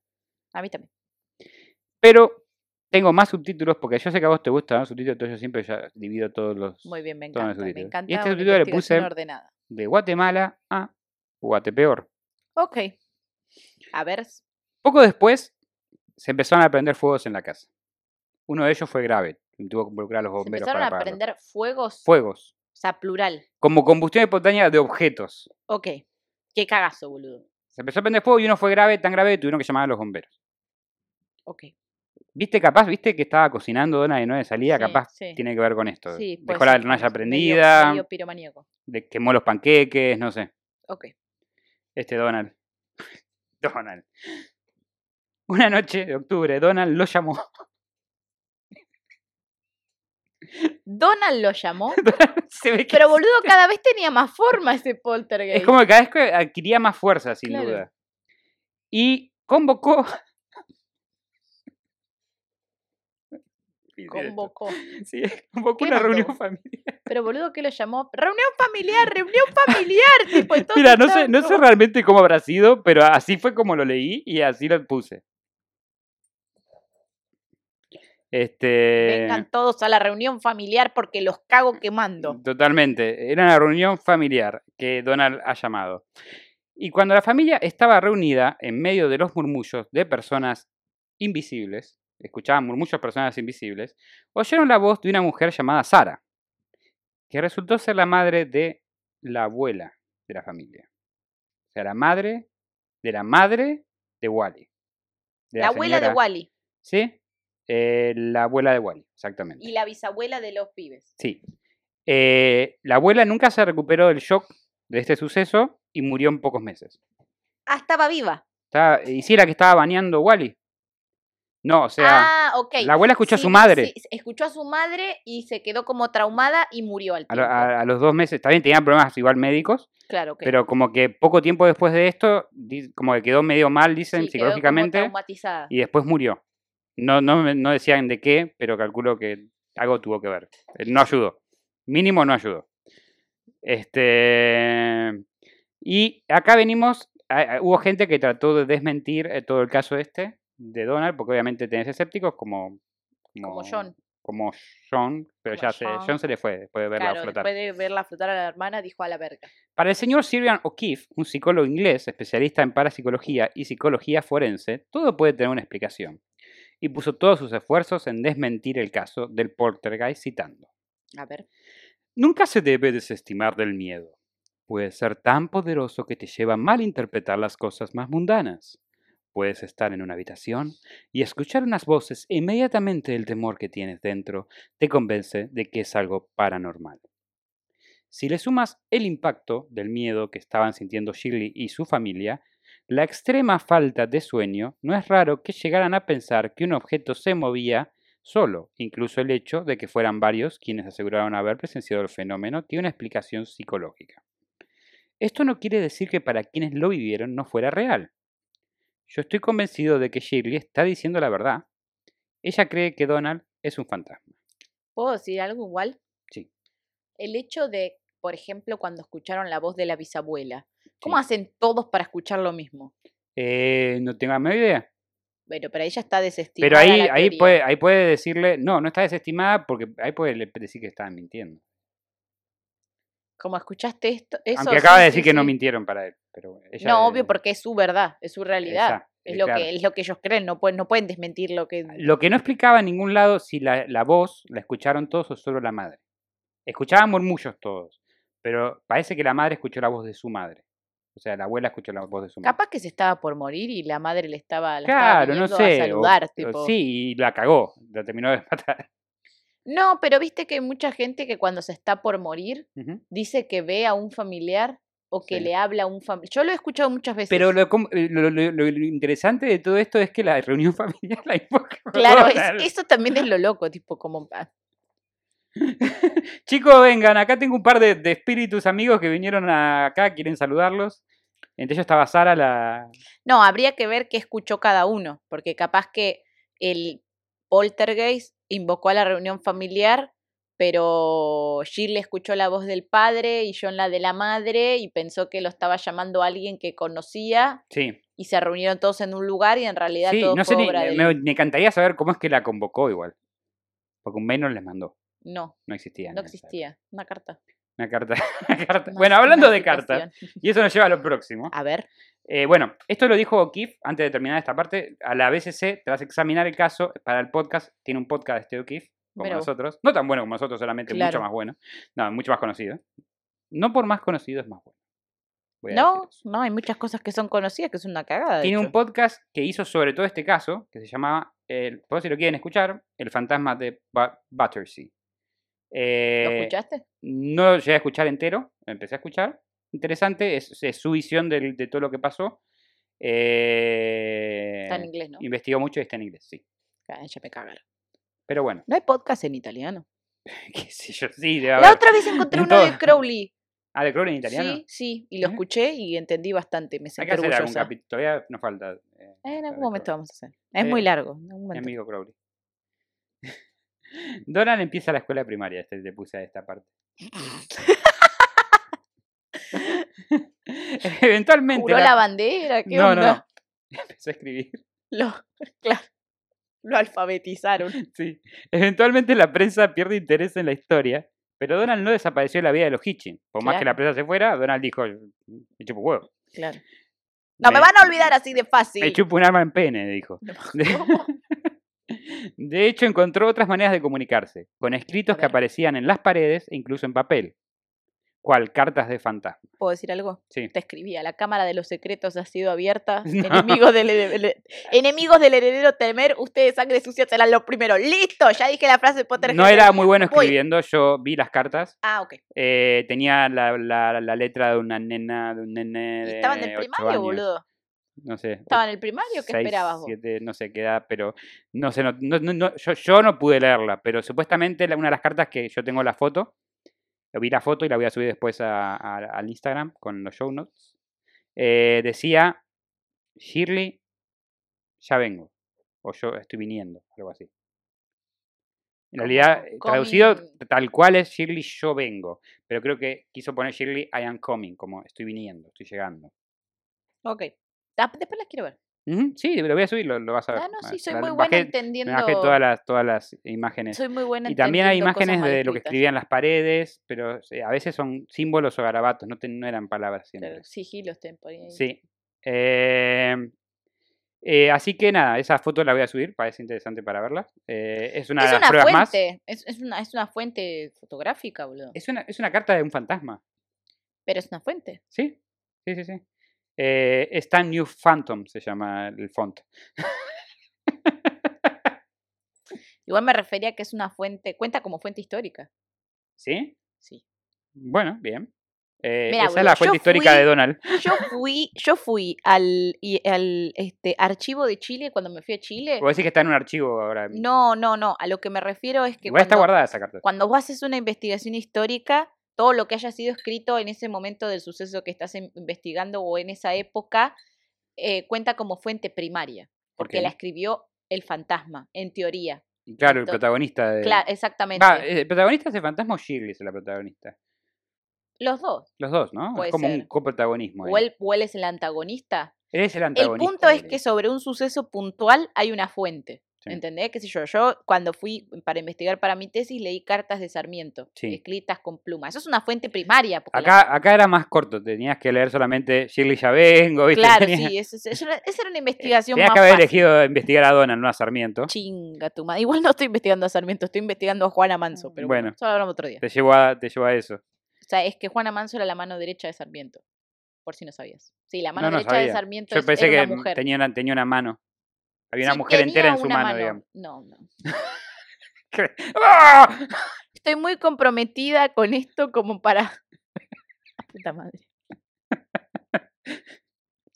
A mí también. Pero tengo más subtítulos porque yo sé que a vos te gustan los subtítulos, entonces yo siempre ya divido todos los. Muy bien, me Todo en el encanta. Me subtítulo. Y este encanta. una subtítulo le investigación puse- ordenada. De Guatemala a Guatepeor. Ok. A ver. s- Poco después se empezaron a prender fuegos en la casa. Uno de ellos fue grave. y Tuvo que involucrar a los se bomberos empezaron Oh, para a apagarlo. prender fuegos. Fuegos. O sea, plural. Como combustión espontánea de objetos. Ok. Qué cagazo, boludo. Se empezó a prender fuego y uno fue grave, tan grave que tuvieron que llamar a los bomberos. Ok. ¿Viste capaz? ¿Viste que estaba cocinando Dona y no de salida? Sí, capaz sí. tiene que ver con esto. Sí, puede Dejó la ser, hornalla medio- medio prendida, piromaníaco. de- quemó los panqueques, no sé. Ok. Este Donald. Donald. Una noche de octubre, Donald lo llamó. Donald lo llamó. Se ve que Pero boludo, cada vez tenía más forma ese poltergeist. Es como que cada vez que adquiría más fuerza, sin Claro. duda. Y convocó. Convocó. Sí, convocó ¿Qué una mandó? reunión familiar. Pero boludo, ¿qué lo llamó? Reunión familiar, reunión familiar. tipo, Pues todos Mira, no sé, estaban no sé como- realmente cómo habrá sido, pero así fue como lo leí y así lo puse. Este. Vengan todos a la reunión familiar porque los cago Mm, quemando. Totalmente. Era una reunión familiar que Donald ha llamado. Y cuando la familia estaba reunida en medio de los murmullos de personas invisibles, escuchaban murmullos de personas invisibles, oyeron la voz de una mujer llamada Sara, que resultó ser la madre de la abuela de la familia. O sea, la madre de la madre de Wally. De La, abuela de señora- Wally Sí, Eh, la abuela de Wally, exactamente. y la bisabuela de los pibes. Sí. Eh, la abuela nunca se recuperó del shock de este suceso y murió en pocos meses. eh, Ah, estaba viva. Estaba, hiciera que estaba baneando Wally. No, o sea, ah, ok. la abuela escuchó a Sí, su madre sí, escuchó a su madre y se quedó como traumada y murió al a, lo- tiempo. a- a los dos meses. También tenían problemas igual médicos, claro, ok. pero como que poco tiempo después de esto, di- como que quedó medio mal, Sí, dicen, quedó como psicológicamente, traumatizada. y después murió. No, no, me- no decían de qué, pero calculo que algo tuvo que ver. Eh, No ayudó. Mínimo no ayudó. Este. Y acá venimos. a- a- hubo gente que trató de desmentir eh, todo el caso este de Donald, porque obviamente tenés escépticos como. Como John. Como John, pero Como ya se, John. John se le fue después de verla Claro, flotar. después de verla flotar a la hermana, dijo a la verga. Para el señor Sirian O'Keefe, un psicólogo inglés especialista en parapsicología y psicología forense, todo puede tener una explicación. Y puso todos sus esfuerzos en desmentir el caso del poltergeist citando. A ver. Nunca se debe desestimar del miedo. Puede ser tan poderoso que te lleva a malinterpretar las cosas más mundanas. Puedes estar en una habitación y escuchar unas voces e inmediatamente el temor que tienes dentro te convence de que es algo paranormal. Si le sumas el impacto del miedo que estaban sintiendo Shirley y su familia, la extrema falta de sueño, no es raro que llegaran a pensar que un objeto se movía solo. Incluso el hecho de que fueran varios quienes aseguraron haber presenciado el fenómeno tiene una explicación psicológica. Esto no quiere decir que para quienes lo vivieron no fuera real. Yo estoy convencido de que Shirley está diciendo la verdad. Ella cree que Donald es un fantasma. ¿Puedo decir algo igual? Sí. El hecho de, por ejemplo, cuando escucharon la voz de la bisabuela, ¿cómo hacen todos para escuchar lo mismo? Eh, no tengo la menor idea. Bueno, pero ella está desestimada. Pero ahí, la ahí, teoría. puede, ahí puede decirle, no, no está desestimada porque ahí puede le- decir que estaban mintiendo. Como escuchaste esto, eso. Aunque acaba sí, de sí, decir que no sí. mintieren para él. Pero ella, No, eh, obvio, porque es su verdad, es su realidad. esa, es, eh, lo claro. que, es lo que ellos creen, no pueden, no pueden desmentir lo que... Lo que no explicaba en ningún lado si la, la voz la escucharon todos o solo la madre. Escuchaban murmullos todos, pero parece que la madre escuchó la voz de su madre. O sea, la abuela escuchó la voz de su madre. Capaz que se estaba por morir y la madre le estaba, la estaba Claro, no viniendo sé. a o- saludar, o tipo. Sí, y la cagó, la terminó de matar. No, pero viste que hay mucha gente que cuando se está por morir Ujú. dice que ve a un familiar o que Sí. le habla a un familiar. Yo lo he escuchado muchas veces. Pero lo, com- eh, lo- lo- lo- lo interesante de todo esto es que la reunión familiar la invoca. claro, es- Donald. eso también es lo loco, tipo como... ah, Chicos, vengan, acá tengo un par de, de espíritus amigos que vinieron a- acá, quieren saludarlos. Entre ellos estaba Sara, la... No, habría que ver qué escuchó cada uno, porque capaz que el poltergeist invocó a la reunión familiar, pero Shirley escuchó la voz del padre y John la de la madre y pensó que lo estaba llamando alguien que conocía Sí, y se reunieron todos en un lugar y en realidad sí, todo no fue sé, ni- obra me, del- me encantaría saber cómo es que la convocó igual. Porque un mail no les mandó, No, no existía. no en esa época. existía. Una carta. Una carta. una carta. una- Bueno, una Ah. hablando de cartas, citación. y eso nos lleva a lo próximo. A ver, Eh, bueno, esto lo dijo O'Keefe antes de terminar esta parte. A la BCC, tras examinar el caso para el podcast, tiene un podcast este O'Keefe, como Mira vos. nosotros. No tan bueno como nosotros, solamente mucho Claro. más bueno. No, mucho más conocido. No por más conocido es más bueno. Voy a no, decir eso. no, hay muchas cosas que son conocidas que es una cagada. de Tiene un hecho. podcast que hizo sobre todo este caso, que se llamaba, el, por si lo quieren escuchar, El fantasma de Ba- Battersea. ¿Lo Eh, escuchaste? no lo llegué a escuchar entero, lo empecé a escuchar. Interesante, es, es su visión del- de todo lo que pasó. Eh, Está en inglés, ¿no? Investigó mucho y está en inglés, sí. Ah, ya me cagaron. Pero bueno, No hay podcast en italiano. qué sé yo, sí, debe La haber. otra vez encontré en uno de todo. Crowley. Ah, de Crowley en italiano. Sí, sí, y lo Mira. escuché y entendí bastante, me Hay sentí que hacer algún orgullosa. Eh, capítulo, todavía nos falta. eh, hablar En de algún momento Crowley. vamos a hacer. Es Eh, muy largo. en algún Mi momento. amigo Crowley. Donald empieza la escuela primaria, este te puse a esta parte. Eventualmente. Juró la- la bandera, ¿qué no, no, onda? no. Empezó a escribir. Lo, claro, lo alfabetizaron. Sí. Eventualmente la prensa pierde interés en la historia, pero Donald no desapareció de la vida de los Hitchens. Por más que la Claro. prensa se fuera, Donald dijo, me chupo un huevo. Claro. No, me, van a olvidar así de fácil. Me chupo un arma en pene, dijo. De hecho, encontró otras maneras de comunicarse, con escritos A que ver. aparecían en las paredes e incluso en papel. Cual cartas de fantasma. ¿Puedo decir algo? Sí. Te escribía, la Cámara de los Secretos ha sido abierta. No. Enemigos, del, heredero- enemigos del heredero temer, ustedes sangre sucia serán los primeros. ¡Listo! Ya dije la frase de Potter. No era muy bueno Voy. escribiendo, yo vi las cartas. Ah, ok. eh, tenía la, la- la letra de una nena, de un nene. Y De estaban en el Eh, ocho primario, años. boludo. No sé. Estaba en el primario, ¿qué seis, esperabas vos? siete, no sé qué edad, pero no sé, no, no- no- no- yo, yo no pude leerla, pero supuestamente la- una de las cartas que yo tengo la foto, yo vi la foto y la voy a subir después a- a- al Instagram con los show notes, eh, decía, Shirley, ya vengo, o yo estoy viniendo, algo así. En Como realidad, eh, traducido coming. tal cual es Shirley, yo vengo, pero creo que quiso poner Shirley, I am coming, como estoy viniendo, estoy llegando. Ok. Ah, Después las quiero ver. Ujú, Sí, lo voy a subir, lo, lo vas a ver. Ah, no, sí, soy La- muy buena bajé- entendiendo. me bajé todas las, todas las imágenes. Soy muy buena Y también hay entendiendo cosas imágenes mal de lo que escritas. escribían las paredes, pero eh, a veces son símbolos o garabatos, no, te- no eran palabras siempre. Claro, sigilos te ponían ahí. Sí. Eh, eh, así que nada, esa foto la voy a subir, parece interesante para verla. Eh, es una es de las una pruebas más. fuente. Es, es una, es una fuente fotográfica, boludo. Es una, es una carta de un fantasma, Pero es una fuente. ¿sí? Sí, sí, sí. Eh, Stan New Phantom se llama el font. Igual me refería a que es una fuente. Cuenta como fuente histórica. ¿Sí? Sí. Bueno, bien. Eh, Mira, esa es boludo, la fuente yo histórica fui- de Donald. Yo fui, yo fui al, y- al este, archivo de Chile cuando me fui a Chile. Voy a decir que está en un archivo ahora. No, no, no. A lo que me refiero es que Igual está cuando, guardada esa carta. cuando vos haces una investigación histórica, todo lo que haya sido escrito en ese momento del suceso que estás in- investigando o en esa época eh, cuenta como fuente primaria, porque Ok. la escribió el fantasma, en teoría. Y Claro, el to- protagonista de. Claro, exactamente. Eh, Va, eh, ¿El protagonista es el fantasma o Shirley es la protagonista? Los dos. Los dos, ¿no? Puede es como un ser. coprotagonismo. ahí. O él, o él es el antagonista. Él es el El antagonista. punto es diría. que sobre un suceso puntual hay una fuente. Sí. ¿Entendés? ¿Qué sé yo? Yo cuando fui para investigar para mi tesis leí cartas de Sarmiento, Sí. escritas con pluma. Eso es una fuente primaria. porque la- Acá, acá era más corto, tenías que leer solamente Shirley ya vengo, ¿viste? Claro, Tenías- sí, eso, es- eso era- esa era una investigación Tenías más que haber fácil. elegido investigar a Donald, no a Sarmiento. Chinga tu madre. Igual no estoy investigando a Sarmiento, estoy investigando a Juana Manso, pero bueno, Bueno. eso lo hablamos otro día. Te llevó a, te llevó a eso. O sea, es que Juana Manso era la mano derecha de Sarmiento, por si no sabías. Sí, la mano No, no derecha de sabía. Sarmiento Yo es- pensé que era una mujer. tenía una, tenía una mano. Había una Sí, mujer entera tenía en su una mano, digamos. No, no. ¡Ah! Estoy muy comprometida con esto como para... Puta madre.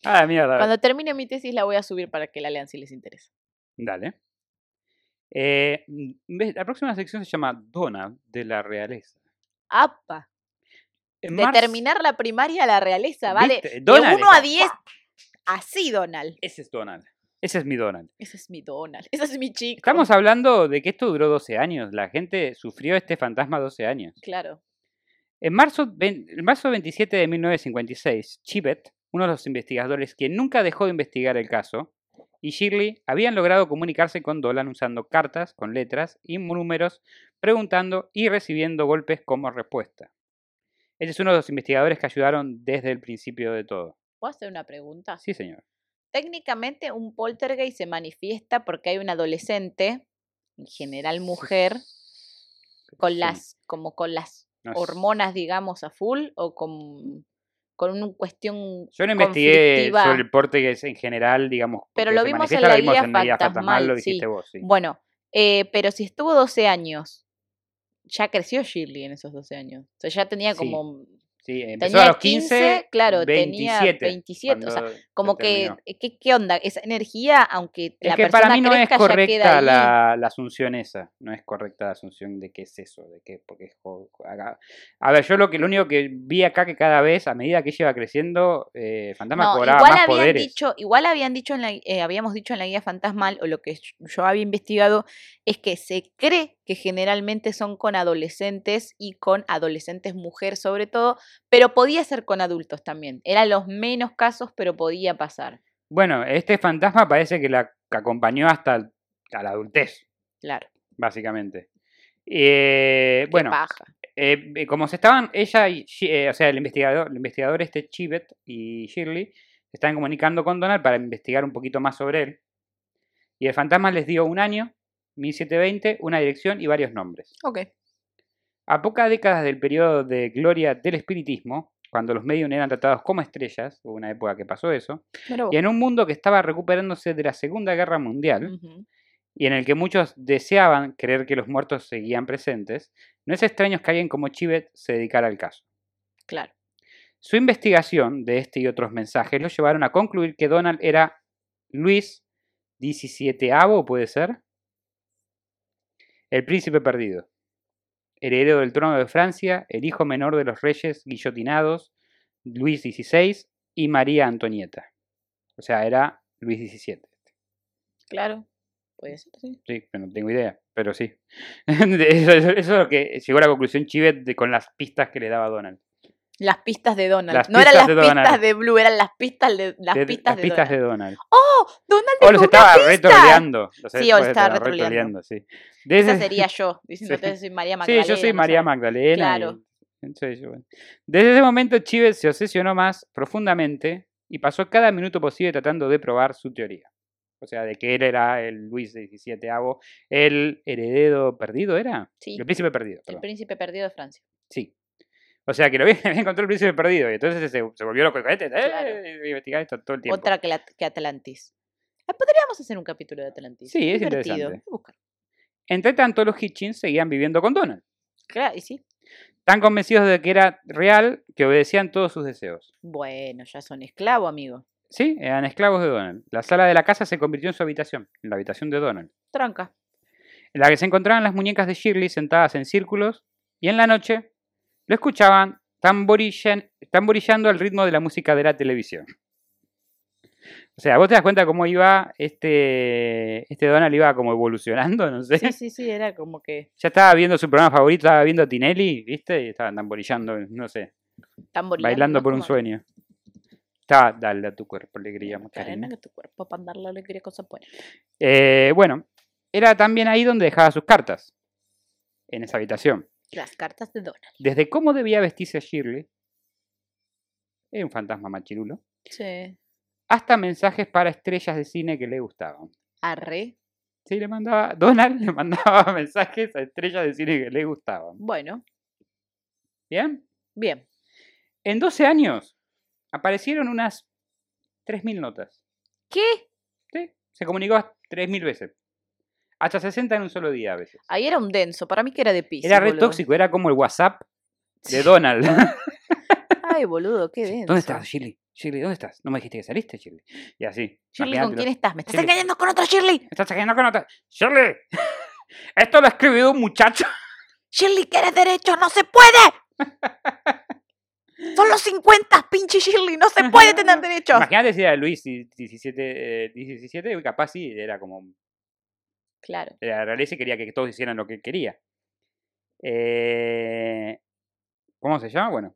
Ah, mierda. Cuando termine mi tesis la voy a subir para que la lean si les interesa. Dale. Eh, ¿ves? la próxima sección se llama Donald de la realeza. ¡Apa! En De marzo- terminar la primaria a la realeza, va de, ¿Viste? de Donald 1 a está- 10. Así, Donald. Ese es Donald. Ese es mi Donald. Ese es mi Donald. Ese es mi chico. Estamos hablando de que esto duró 12 años. La gente sufrió este fantasma 12 años. Claro. En marzo, vein- en marzo 27 de 1956, Chivet, uno de los investigadores que nunca dejó de investigar el caso, y Shirley habían logrado comunicarse con Dolan usando cartas con letras y números, preguntando y recibiendo golpes como respuesta. Este es uno de los investigadores que ayudaron desde el principio de todo. ¿Puedo hacer una pregunta? Sí, señor. Técnicamente, un poltergeist se manifiesta porque hay un adolescente, en general mujer, con Sí. las, como con las No sé. hormonas, digamos, a full, o con, con una cuestión Yo no investigué conflictiva. sobre el porte que es en general, digamos. Pero que lo se vimos en manifiesta, la vimos guía fantasmal, lo sí. dijiste vos, sí. Bueno, eh, pero si estuvo 12 años, ya creció Shirley en esos 12 años. O sea, ya tenía Sí, como... Sí, empezó Tenía a los 15, 15, claro, 27, tenía 27. O sea, cuando se como que, eh, terminó. ¿qué, ¿qué onda? Esa energía, aunque la es que persona para mí no es crezca, ya queda correcta ahí. la, la asunción esa, no es correcta la asunción de qué es eso, de qué, porque es jo- haga- A ver, yo lo que lo único que vi acá que cada vez, a medida que lleva creciendo, eh, Fantasma No, cobraba igual más habían poderes. dicho, igual habían dicho en la, eh, habíamos dicho en la guía fantasmal, o lo que yo- yo había investigado, es que se cree que generalmente son con adolescentes y con adolescentes mujer sobre todo, pero podía ser con adultos también. Eran los menos casos, pero podía pasar. Bueno, este fantasma parece que la acompañó hasta el- a la adultez, Claro. básicamente. Eh, qué bueno, paja. Eh, eh, como se estaban, ella y, Shi- eh, o sea, el investigador, el investigador este Chivet y Shirley se estaban comunicando con Donald para investigar un poquito más sobre él. Y el fantasma les dio un año, 1720, una dirección y varios nombres. Ok. A pocas décadas del periodo de gloria del espiritismo, cuando los medios eran tratados como estrellas, hubo una época que pasó eso, Mira vos. y en un mundo que estaba recuperándose de la Segunda Guerra Mundial, Ujú. y en el que muchos deseaban creer que los muertos seguían presentes, no es extraño que alguien como Chivet se dedicara al caso. Claro. Su investigación de este y otros mensajes lo llevaron a concluir que Donald era Luis XVII, puede ser, el príncipe perdido, heredero del trono de Francia, el hijo menor de los reyes guillotinados, Luis XVI y María Antonieta. O sea, era Luis XVII. Claro. Puede ser, sí. Sí, pero no tengo idea, pero sí. eso, eso- eso es lo que llegó a la conclusión Chivet de- con las pistas que le daba Donald. Las pistas de Donald. Las no eran las pistas de pistas Donald. de Blue, eran las pistas de las De- pistas, las de, pistas Donald. de Donald. Donald O los descubrió estaba pistas! retroleando. Los Sí, o los estaba estaba retroleando. retroleando, sí. Desde- Esa sería yo, diciéndote soy María Magdalena. Sí, yo soy no sé. María Magdalena. y- Claro. sí, yo- bueno. Desde ese momento, Chives se obsesionó más profundamente y pasó cada minuto posible tratando de probar su teoría. O sea, de que él era el Luis XVII, el heredero perdido, ¿era? Sí, El príncipe perdido, el perdón. príncipe perdido de Francia. Sí. O sea, que lo había había encontrado el príncipe perdido y entonces se, se volvió loco. Este, eh, Claro. y Investigar esto todo el tiempo. Otra que, la- que Atlantis. Ah, Podríamos hacer un capítulo de Atlantis. Sí, es divertido. interesante. Buscar. Entre tanto, los Hitchins seguían viviendo con Donald. Claro, y sí. Tan convencidos de que era real que obedecían todos sus deseos. Bueno, ya son esclavos, amigo. Sí, eran esclavos de Donald. La sala de la casa se convirtió en su habitación, en la habitación de Donald. Tranca. en la que se encontraban las muñecas de Shirley sentadas en círculos, y en la noche lo escuchaban tamborillan- tamborillando al ritmo de la música de la televisión. O sea, vos te das cuenta cómo iba este, este Donald, iba como evolucionando, no sé. Sí, sí, sí, era como que Ya estaba viendo su programa favorito, estaba viendo a Tinelli, ¿viste? Y estaban tamborillando, no sé, tamborilando. bailando ¿no? por un Como, sueño. Está, dale a tu cuerpo alegría, Carena, Macarena. que tu cuerpo para darle alegría, cosas buenas. Eh, bueno, era también ahí donde dejaba sus cartas, en esa habitación. Las cartas de Donald. desde cómo debía vestirse Shirley, era un fantasma machirulo, Sí. hasta mensajes para estrellas de cine que le gustaban. Arre. Sí, le mandaba, Donald le mandaba mensajes a estrellas de cine que le gustaban. Bueno, ¿Bien? bien. En 12 años aparecieron unas 3.000 notas. ¿Qué? ¿sí? Se comunicó 3.000 veces. Hasta 60 en un solo día a veces. Ahí era un denso, para mí que era de piso. Era re tóxico, era como el WhatsApp de Donald. Ay, boludo, qué denso. ¿Dónde estás, Shirley? Shirley, ¿dónde estás? No me dijiste que saliste, Shirley. Y así. Shirley, imagínate ¿con lo- quién estás? ¡Me estás Shirley. engañando con otra Shirley! Me Estás sacando con otra. ¡Shirley! Esto lo ha escribido un muchacho. ¡Shirley, que eres derecho! ¡No se puede! Son los 50, pinche Shirley, no se puede tener derechos. Imagínate si era Luis y 17, eh, 17, capaz sí, era como. Claro. La realeza y quería que todos hicieran lo que quería. Eh, ¿Cómo se llama? Bueno.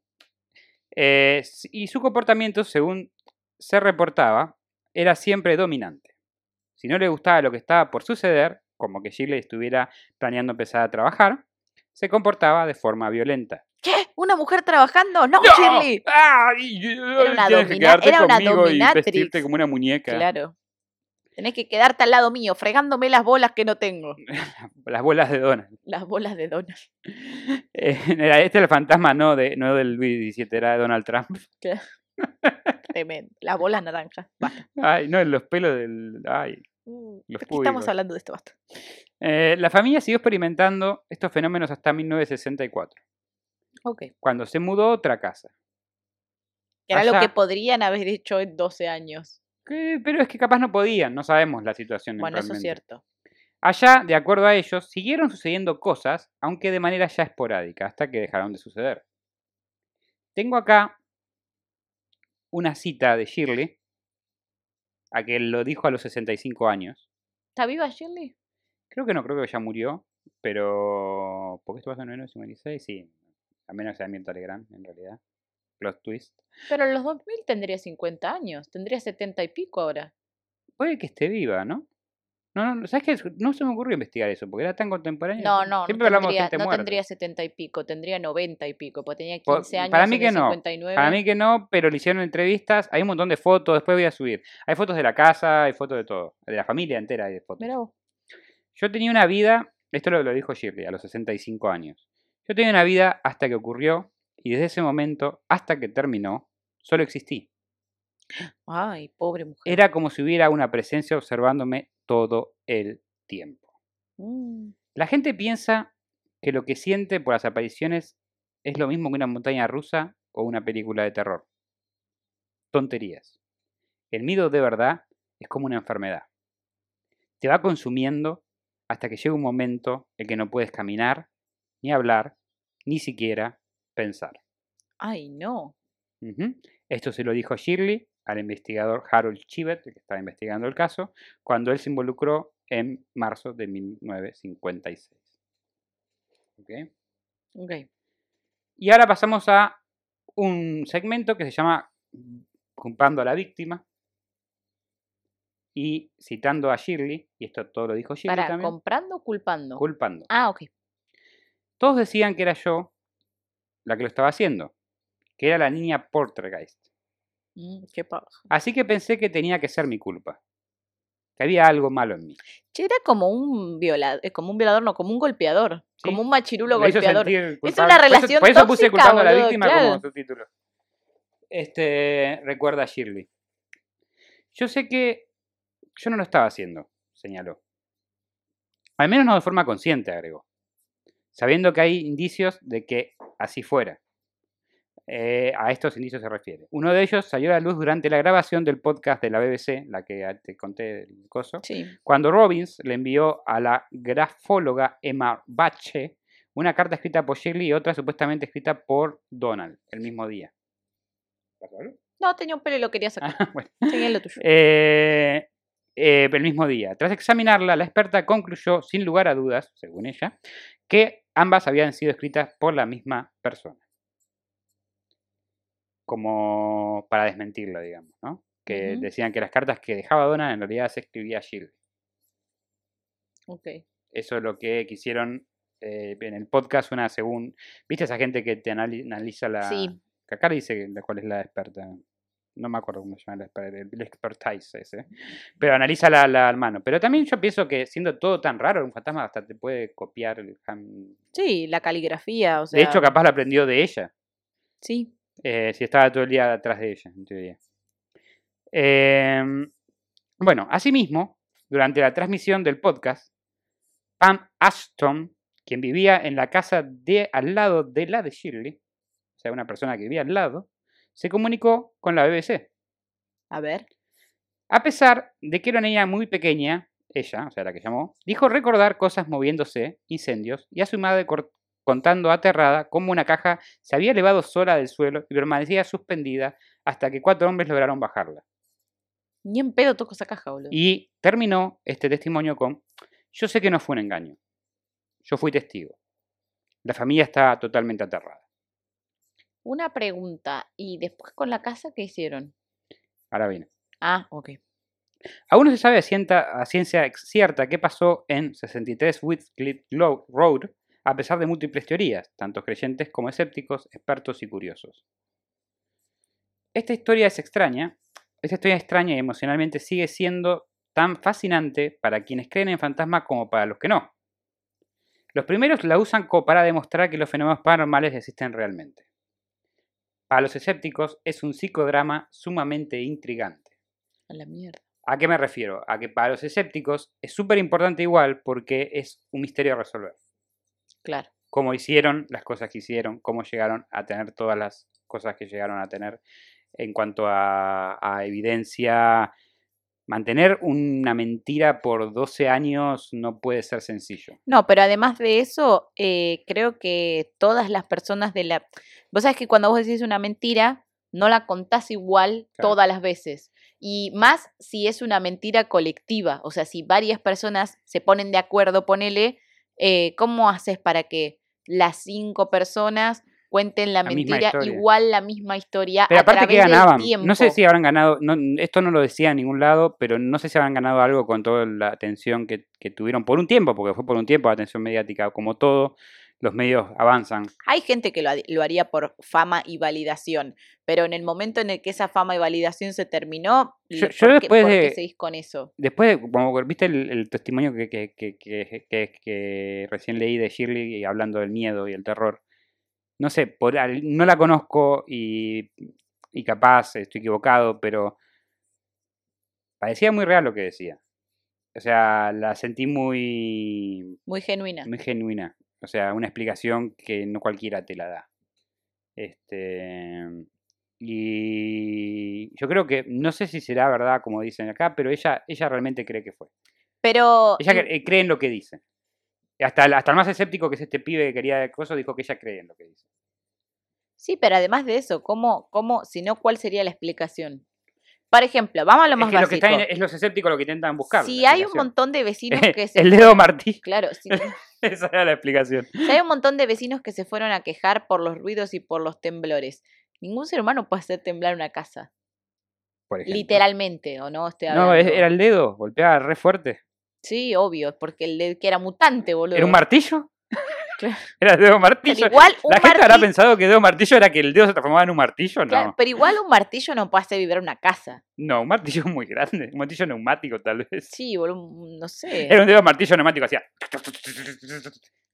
Eh, s- y su comportamiento, según se reportaba, era siempre dominante. Si no le gustaba lo que estaba por suceder, como que Shirley estuviera planeando empezar a trabajar, se comportaba de forma violenta. ¿Qué? ¿Una mujer trabajando? Oh, ¡No, ¡No! Shirley! ¡Ay! Era una tienes que domina- quedarte era una conmigo y dominatrix. vestirte como una muñeca. Claro. Tenés que quedarte al lado mío, fregándome las bolas que no tengo. Las bolas de Donald. Las bolas de Donald. Eh, era- este era el fantasma, no, de, no del Luis XVII, era de Donald Trump. Tremendo. Las bolas naranjas. Basta. Ay, no, los pelos del... Ay. Mm, Los ¿Por qué estamos públicos. hablando de esto? Basta. Eh, la familia siguió experimentando estos fenómenos hasta 1964, Ok. cuando se mudó a otra casa. Que era lo que Allá. podrían haber hecho en 12 años. Que- pero es que capaz no podían, no sabemos la situación. Bueno, eso es realmente. cierto. Allá, de acuerdo a ellos, siguieron sucediendo cosas, aunque de manera ya esporádica, hasta que dejaron de suceder. Tengo acá una cita de Shirley, a que lo dijo a los 65 años. ¿Está viva Shirley? Creo que no, creo que ya murió, pero... ¿Por qué esto pasa en 1956? Sí, a menos sea Mirta Legrand, en realidad. Plot twist. Pero en los 2000 tendría 50 años. Tendría 70 y pico ahora. Puede que esté viva, ¿no? No, no, no, ¿sabes qué? No se me ocurrió investigar eso, porque era tan contemporáneo. No, no, Siempre no, hablamos de tendría, gente no muerta. tendría 70 y pico. Tendría 90 y pico. Porque tenía Po- 15 años para mí en que el no, 59. Para mí que no, pero le hicieron entrevistas. Hay un montón de fotos, después voy a subir. Hay fotos de la casa, hay fotos de todo. De la familia entera hay fotos. Mirá vos. Yo tenía una vida, esto lo, lo dijo Shirley a los 65 años. Yo tenía una vida hasta que ocurrió y desde ese momento hasta que terminó, solo existí. Ay, pobre mujer. Era como si hubiera una presencia observándome todo el tiempo. Mm. La gente piensa que lo que siente por las apariciones es lo mismo que una montaña rusa o una película de terror. Tonterías. El miedo de verdad es como una enfermedad. Te va consumiendo hasta que llega un momento en que no puedes caminar, ni hablar, ni siquiera pensar. Ay, no. Ujú. Esto se lo dijo Shirley al investigador Harold Chivet, el que estaba investigando el caso, cuando él se involucró en marzo de 1956. Ok. Ok. Y ahora pasamos a un segmento que se llama Culpando a la víctima y citando a Shirley, y esto todo lo dijo Shirley Para, también, comprando o culpando. culpando. ah, ok. Todos decían que era yo la que lo estaba haciendo, que era la niña Portergeist. Mm, qué paja. Así que pensé que tenía que ser mi culpa. Que había algo malo en mí. Che, era como un violador, como un violador, no, como un golpeador. Como un machirulo Me hizo golpeador. sentir una culpable. Por eso- relación Por eso, puse tóxica, culpando a la boludo, víctima claro. como subtítulo. Este, recuerda a Shirley. Yo sé que yo no lo estaba haciendo, señaló. Al menos no de forma consciente, agregó. sabiendo que hay indicios de que así fuera. Eh, a estos indicios se refiere. Uno de ellos salió a la luz durante la grabación del podcast de la BBC, la que a- te conté el coso, Sí. cuando Robbins le envió a la grafóloga Emma Bache una carta escrita por Shirley y otra supuestamente escrita por Donald el mismo día. No, tenía un pelo y lo quería sacar. Ah, bueno. Tenía lo tuyo. Eh, eh, el mismo día. Tras examinarla, la experta concluyó, sin lugar a dudas, según ella, que ambas habían sido escritas por la misma persona. Como para desmentirlo, digamos, ¿no? Que Ujú. decían que las cartas que dejaba Donna en realidad se escribía Jill. Ok. Eso es lo que quisieron eh, en el podcast, una según. ¿Viste esa gente que te anali- analiza la. Sí. Que acá le dice que- la- cuál es la experta. No me acuerdo cómo se llama la experta, el el expertise ese. Pero analiza la, la mano. Pero también yo pienso que siendo todo tan raro, un fantasma hasta te puede copiar. el ham- Sí, la caligrafía, o sea. de hecho, capaz la aprendió de ella. Sí. eh, si estaba todo el día atrás de ella, en teoría. Em, bueno, asimismo, durante la transmisión del podcast, Pam Ashton, quien vivía en la casa de al lado de la de Shirley, o sea, una persona que vivía al lado, se comunicó con la BBC. A ver. A pesar de que era una niña muy pequeña, ella, o sea, la que llamó, dijo recordar cosas moviéndose, incendios, y a su madre cor- contando aterrada cómo una caja se había elevado sola del suelo y permanecía suspendida hasta que cuatro hombres lograron bajarla. Ni en pedo toco esa caja, boludo. Y terminó este testimonio con, yo sé que no fue un engaño, yo fui testigo. La familia está totalmente aterrada. Una pregunta. ¿Y después con la casa qué hicieron? Ahora bien, Ah, ok. Aún no se sabe a, cienta- a ciencia ex- cierta qué pasó en 63 Whitcliffe Lo- Road, a pesar de múltiples teorías, tanto creyentes como escépticos, expertos y curiosos. Esta historia es extraña, esta historia extraña y emocionalmente sigue siendo tan fascinante para quienes creen en fantasmas como para los que no. Los primeros la usan como para demostrar que los fenómenos paranormales existen realmente. Para los escépticos es un psicodrama sumamente intrigante. A la mierda. ¿A qué me refiero? A que para los escépticos es súper importante igual porque es un misterio a resolver. Claro. Cómo hicieron las cosas que hicieron, cómo llegaron a tener todas las cosas que llegaron a tener en cuanto a, a evidencia. Mantener una mentira por 12 años no puede ser sencillo. No, pero además de eso, eh, creo que todas las personas de la... Vos sabés que cuando vos decís una mentira, no la contás igual Claro. todas las veces. Y más si es una mentira colectiva, o sea, si varias personas se ponen de acuerdo, ponele, eh, ¿cómo haces para que las cinco personas cuenten la, La misma mentira historia. igual la misma historia Pero a aparte que través del ganaban, no sé tiempo? si habrán ganado, no, esto no lo decía en ningún lado, pero no sé si habrán ganado algo con toda la atención que, que tuvieron por un tiempo, porque fue por un tiempo la atención mediática, como todo, los medios avanzan. Hay gente que lo, ha- lo haría por fama y validación, pero en el momento en el que esa fama y validación se terminó, Yo- yo lo- ¿por qué- después por qué de- seguís con eso? Después, de- como viste el, el testimonio que, que- que- que- que- que recién leí de Shirley y hablando del miedo y el terror, no sé, por, al- no la conozco y, y capaz estoy equivocado, pero parecía muy real lo que decía. O sea, la sentí muy, Muy genuina. muy genuina. O sea, una explicación que no cualquiera te la da. Este. Y yo creo que, no sé si será verdad como dicen acá, pero ella, ella realmente cree que fue. Pero Ella in- cre- eh, cree en lo que dice. Hasta el, hasta el más escéptico que es este pibe que quería de coso dijo que ella cree en lo que dice. sí, pero además de eso, ¿cómo, cómo, si no, cuál sería la explicación? Por ejemplo, vamos a lo Es más que, lo que básico. están en- es los escépticos lo que intentan buscar. si la hay un explicación. montón de vecinos que se El dedo Martí. claro, si, Esa era la explicación. si hay un montón de vecinos que se fueron a quejar por los ruidos y por los temblores. Ningún ser humano puede hacer temblar una casa, por ejemplo. literalmente, ¿o no? Estoy No, es- hablando. era el dedo. Golpeaba re fuerte. Sí, obvio, porque el de- que era mutante, boludo. ¿Era un martillo? Claro. Era el dedo Pero martillo. igual un La gente habrá martillo- pensado que dedo martillo era que el dedo se transformaba en un martillo. No, claro, pero igual un martillo no puede hacer vibrar una casa. no, un martillo muy grande. Un martillo neumático, tal vez. Sí, boludo, un- no sé. Era un dedo martillo neumático, hacía.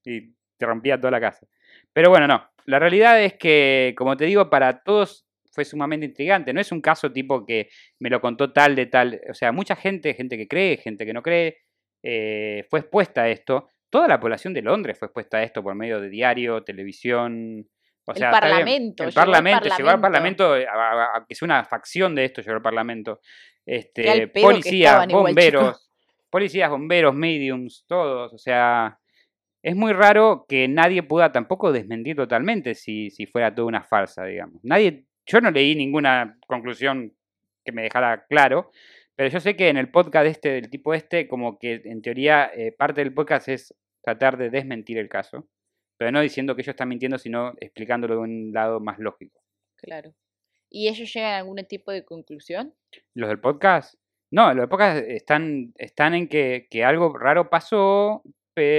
Y te rompía toda la casa. Pero bueno, no. La realidad es que, como te digo, para todos fue sumamente intrigante. No es un caso tipo que me lo contó tal de tal. O sea, mucha gente, gente que cree, gente que no cree, eh, fue expuesta a esto. Toda la población de Londres fue expuesta a esto por medio de diario, televisión. O El sea, está bien, parlamento, El llegó al parlamento. Llegó al parlamento. parlamento, a- a- a- que es una facción de esto, llegó al parlamento. Qué Este, al pedo que policías, estaban igual, bomberos. chicos. policías, bomberos, mediums, todos. O sea, es muy raro que nadie pueda tampoco desmentir totalmente si, si fuera toda una farsa, digamos. Nadie, yo no leí ninguna conclusión que me dejara claro, pero yo sé que en el podcast este, del tipo este, como que en teoría eh, parte del podcast es tratar de desmentir el caso, pero no diciendo que ellos están mintiendo, sino explicándolo de un lado más lógico. Claro. ¿Y ellos llegan a algún tipo de conclusión? ¿Los del podcast? No, los del podcast están, están en que, que algo raro pasó,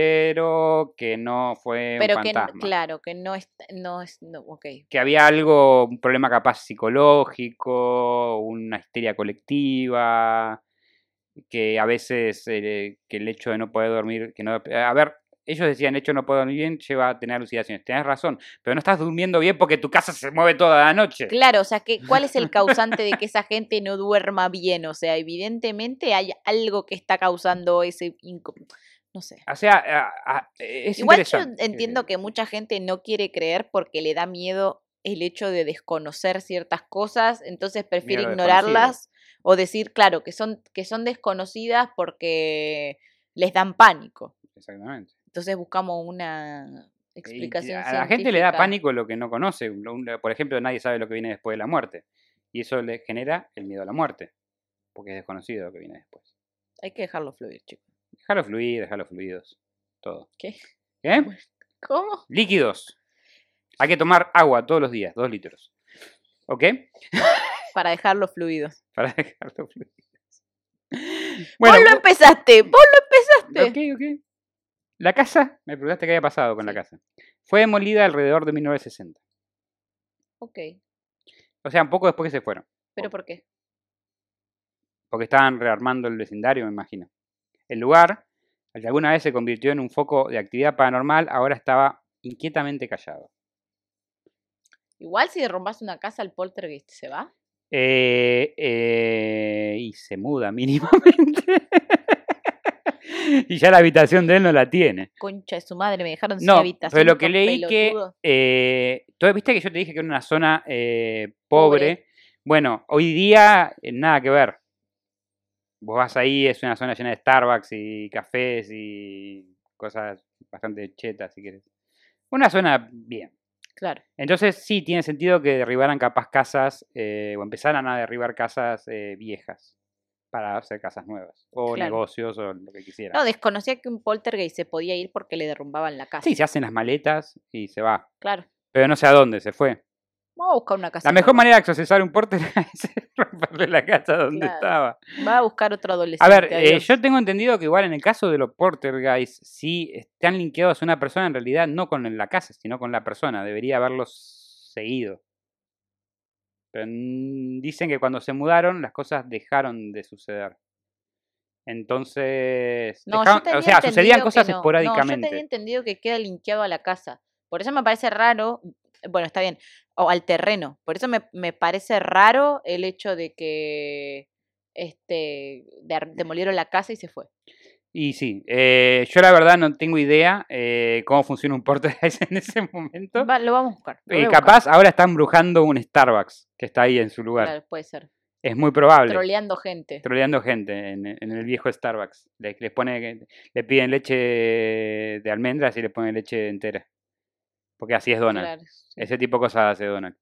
pero que no fue Pero un que, n- fantasma. claro, que no es, no es, no, ok. que había algo, un problema capaz psicológico, una histeria colectiva, que a veces eh, que el hecho de no poder dormir, que no, a ver, ellos decían, el hecho de no poder dormir bien lleva a tener alucinaciones. Tenés razón, pero no estás durmiendo bien porque tu casa se mueve toda la noche. Claro, o sea, que, ¿cuál es el causante de que esa gente no duerma bien? O sea, evidentemente hay algo que está causando ese... inco- No sé. O sea, a- a- es Igual yo interesante. entiendo que mucha gente no quiere creer porque le da miedo el hecho de desconocer ciertas cosas, entonces prefiere Miedo a lo desconocido. ignorarlas o decir, claro, que son, que son desconocidas porque les dan pánico. Exactamente. Entonces buscamos una Y que explicación. a la gente le da científica. pánico lo que no conoce. Un- un- Por ejemplo, nadie sabe lo que viene después de la muerte. Y eso le genera el miedo a la muerte, porque es desconocido lo que viene después. Hay que dejarlo fluir, chicos. Déjalo fluir, déjalo fluidos. Todo. ¿Qué? ¿Eh? ¿Cómo? Líquidos. Hay que tomar agua todos los días, dos litros. ¿Ok? Para dejarlo fluido. Para dejarlo fluidos. vos lo empezaste, vos lo ok, empezaste. ok. La casa, me preguntaste qué había pasado con la Sí. casa. Fue demolida alrededor de 1960. Ok, O sea, un poco después que se fueron. pero ¿por qué? porque estaban rearmando el vecindario, me imagino. El lugar, al que alguna vez se convirtió en un foco de actividad paranormal, ahora estaba inquietamente callado. Igual si derrumbas una casa, el poltergeist se va. Eh, eh, y se muda mínimamente. y ya la habitación de él no la tiene. Concha de su madre, me dejaron sin No, habitación. pero lo que estos leí que... pelotudos. eh, ¿tú- Viste que yo te dije que era una zona eh, pobre? Bueno, hoy día eh, nada que ver. Vos vas ahí, es una zona llena de Starbucks y cafés y cosas bastante chetas, si quieres. Una zona bien. Claro. Entonces sí, tiene sentido que derribaran capaz casas eh, o empezaran a derribar casas eh, viejas para hacer casas nuevas o Claro. negocios o lo que quisieran. No, desconocía que un poltergeist se podía ir porque le derrumbaban la casa. sí, se hacen las maletas y se va. Claro. Pero no sé a dónde, se fue. Vamos a buscar una casa. La mejor nueva. manera de accesar un porter es romperle la casa donde Claro. estaba. Va a buscar otro adolescente. A ver, eh, adiós. yo tengo entendido que igual en el caso de los porter guys, si están linkeados a una persona, en realidad no con la casa, sino con la persona. Debería haberlos seguido. Pero mm, dicen que cuando se mudaron, las cosas dejaron de suceder. Entonces, No, yo dejaron- tenía o sea, sucedían entendido que cosas no. No, yo esporádicamente. tenía entendido que queda linkeado a la casa. Por eso me parece raro, bueno, está bien, o al terreno. Por eso me, me parece raro el hecho de que este de ar- demolieron la casa y se fue. Y sí, eh, yo la verdad no tengo idea eh, cómo funciona un porter guys en ese momento. Va, lo vamos a buscar. lo Eh, voy a buscar. capaz ahora está embrujando un Starbucks que está ahí en su lugar. Claro, puede ser. Es muy probable. Troleando gente. Troleando gente en, en el viejo Starbucks. Les, les pone, que- le piden leche de almendras y le ponen leche entera. Porque así es Donald. Claro, sí. Ese tipo de cosas hace Donald.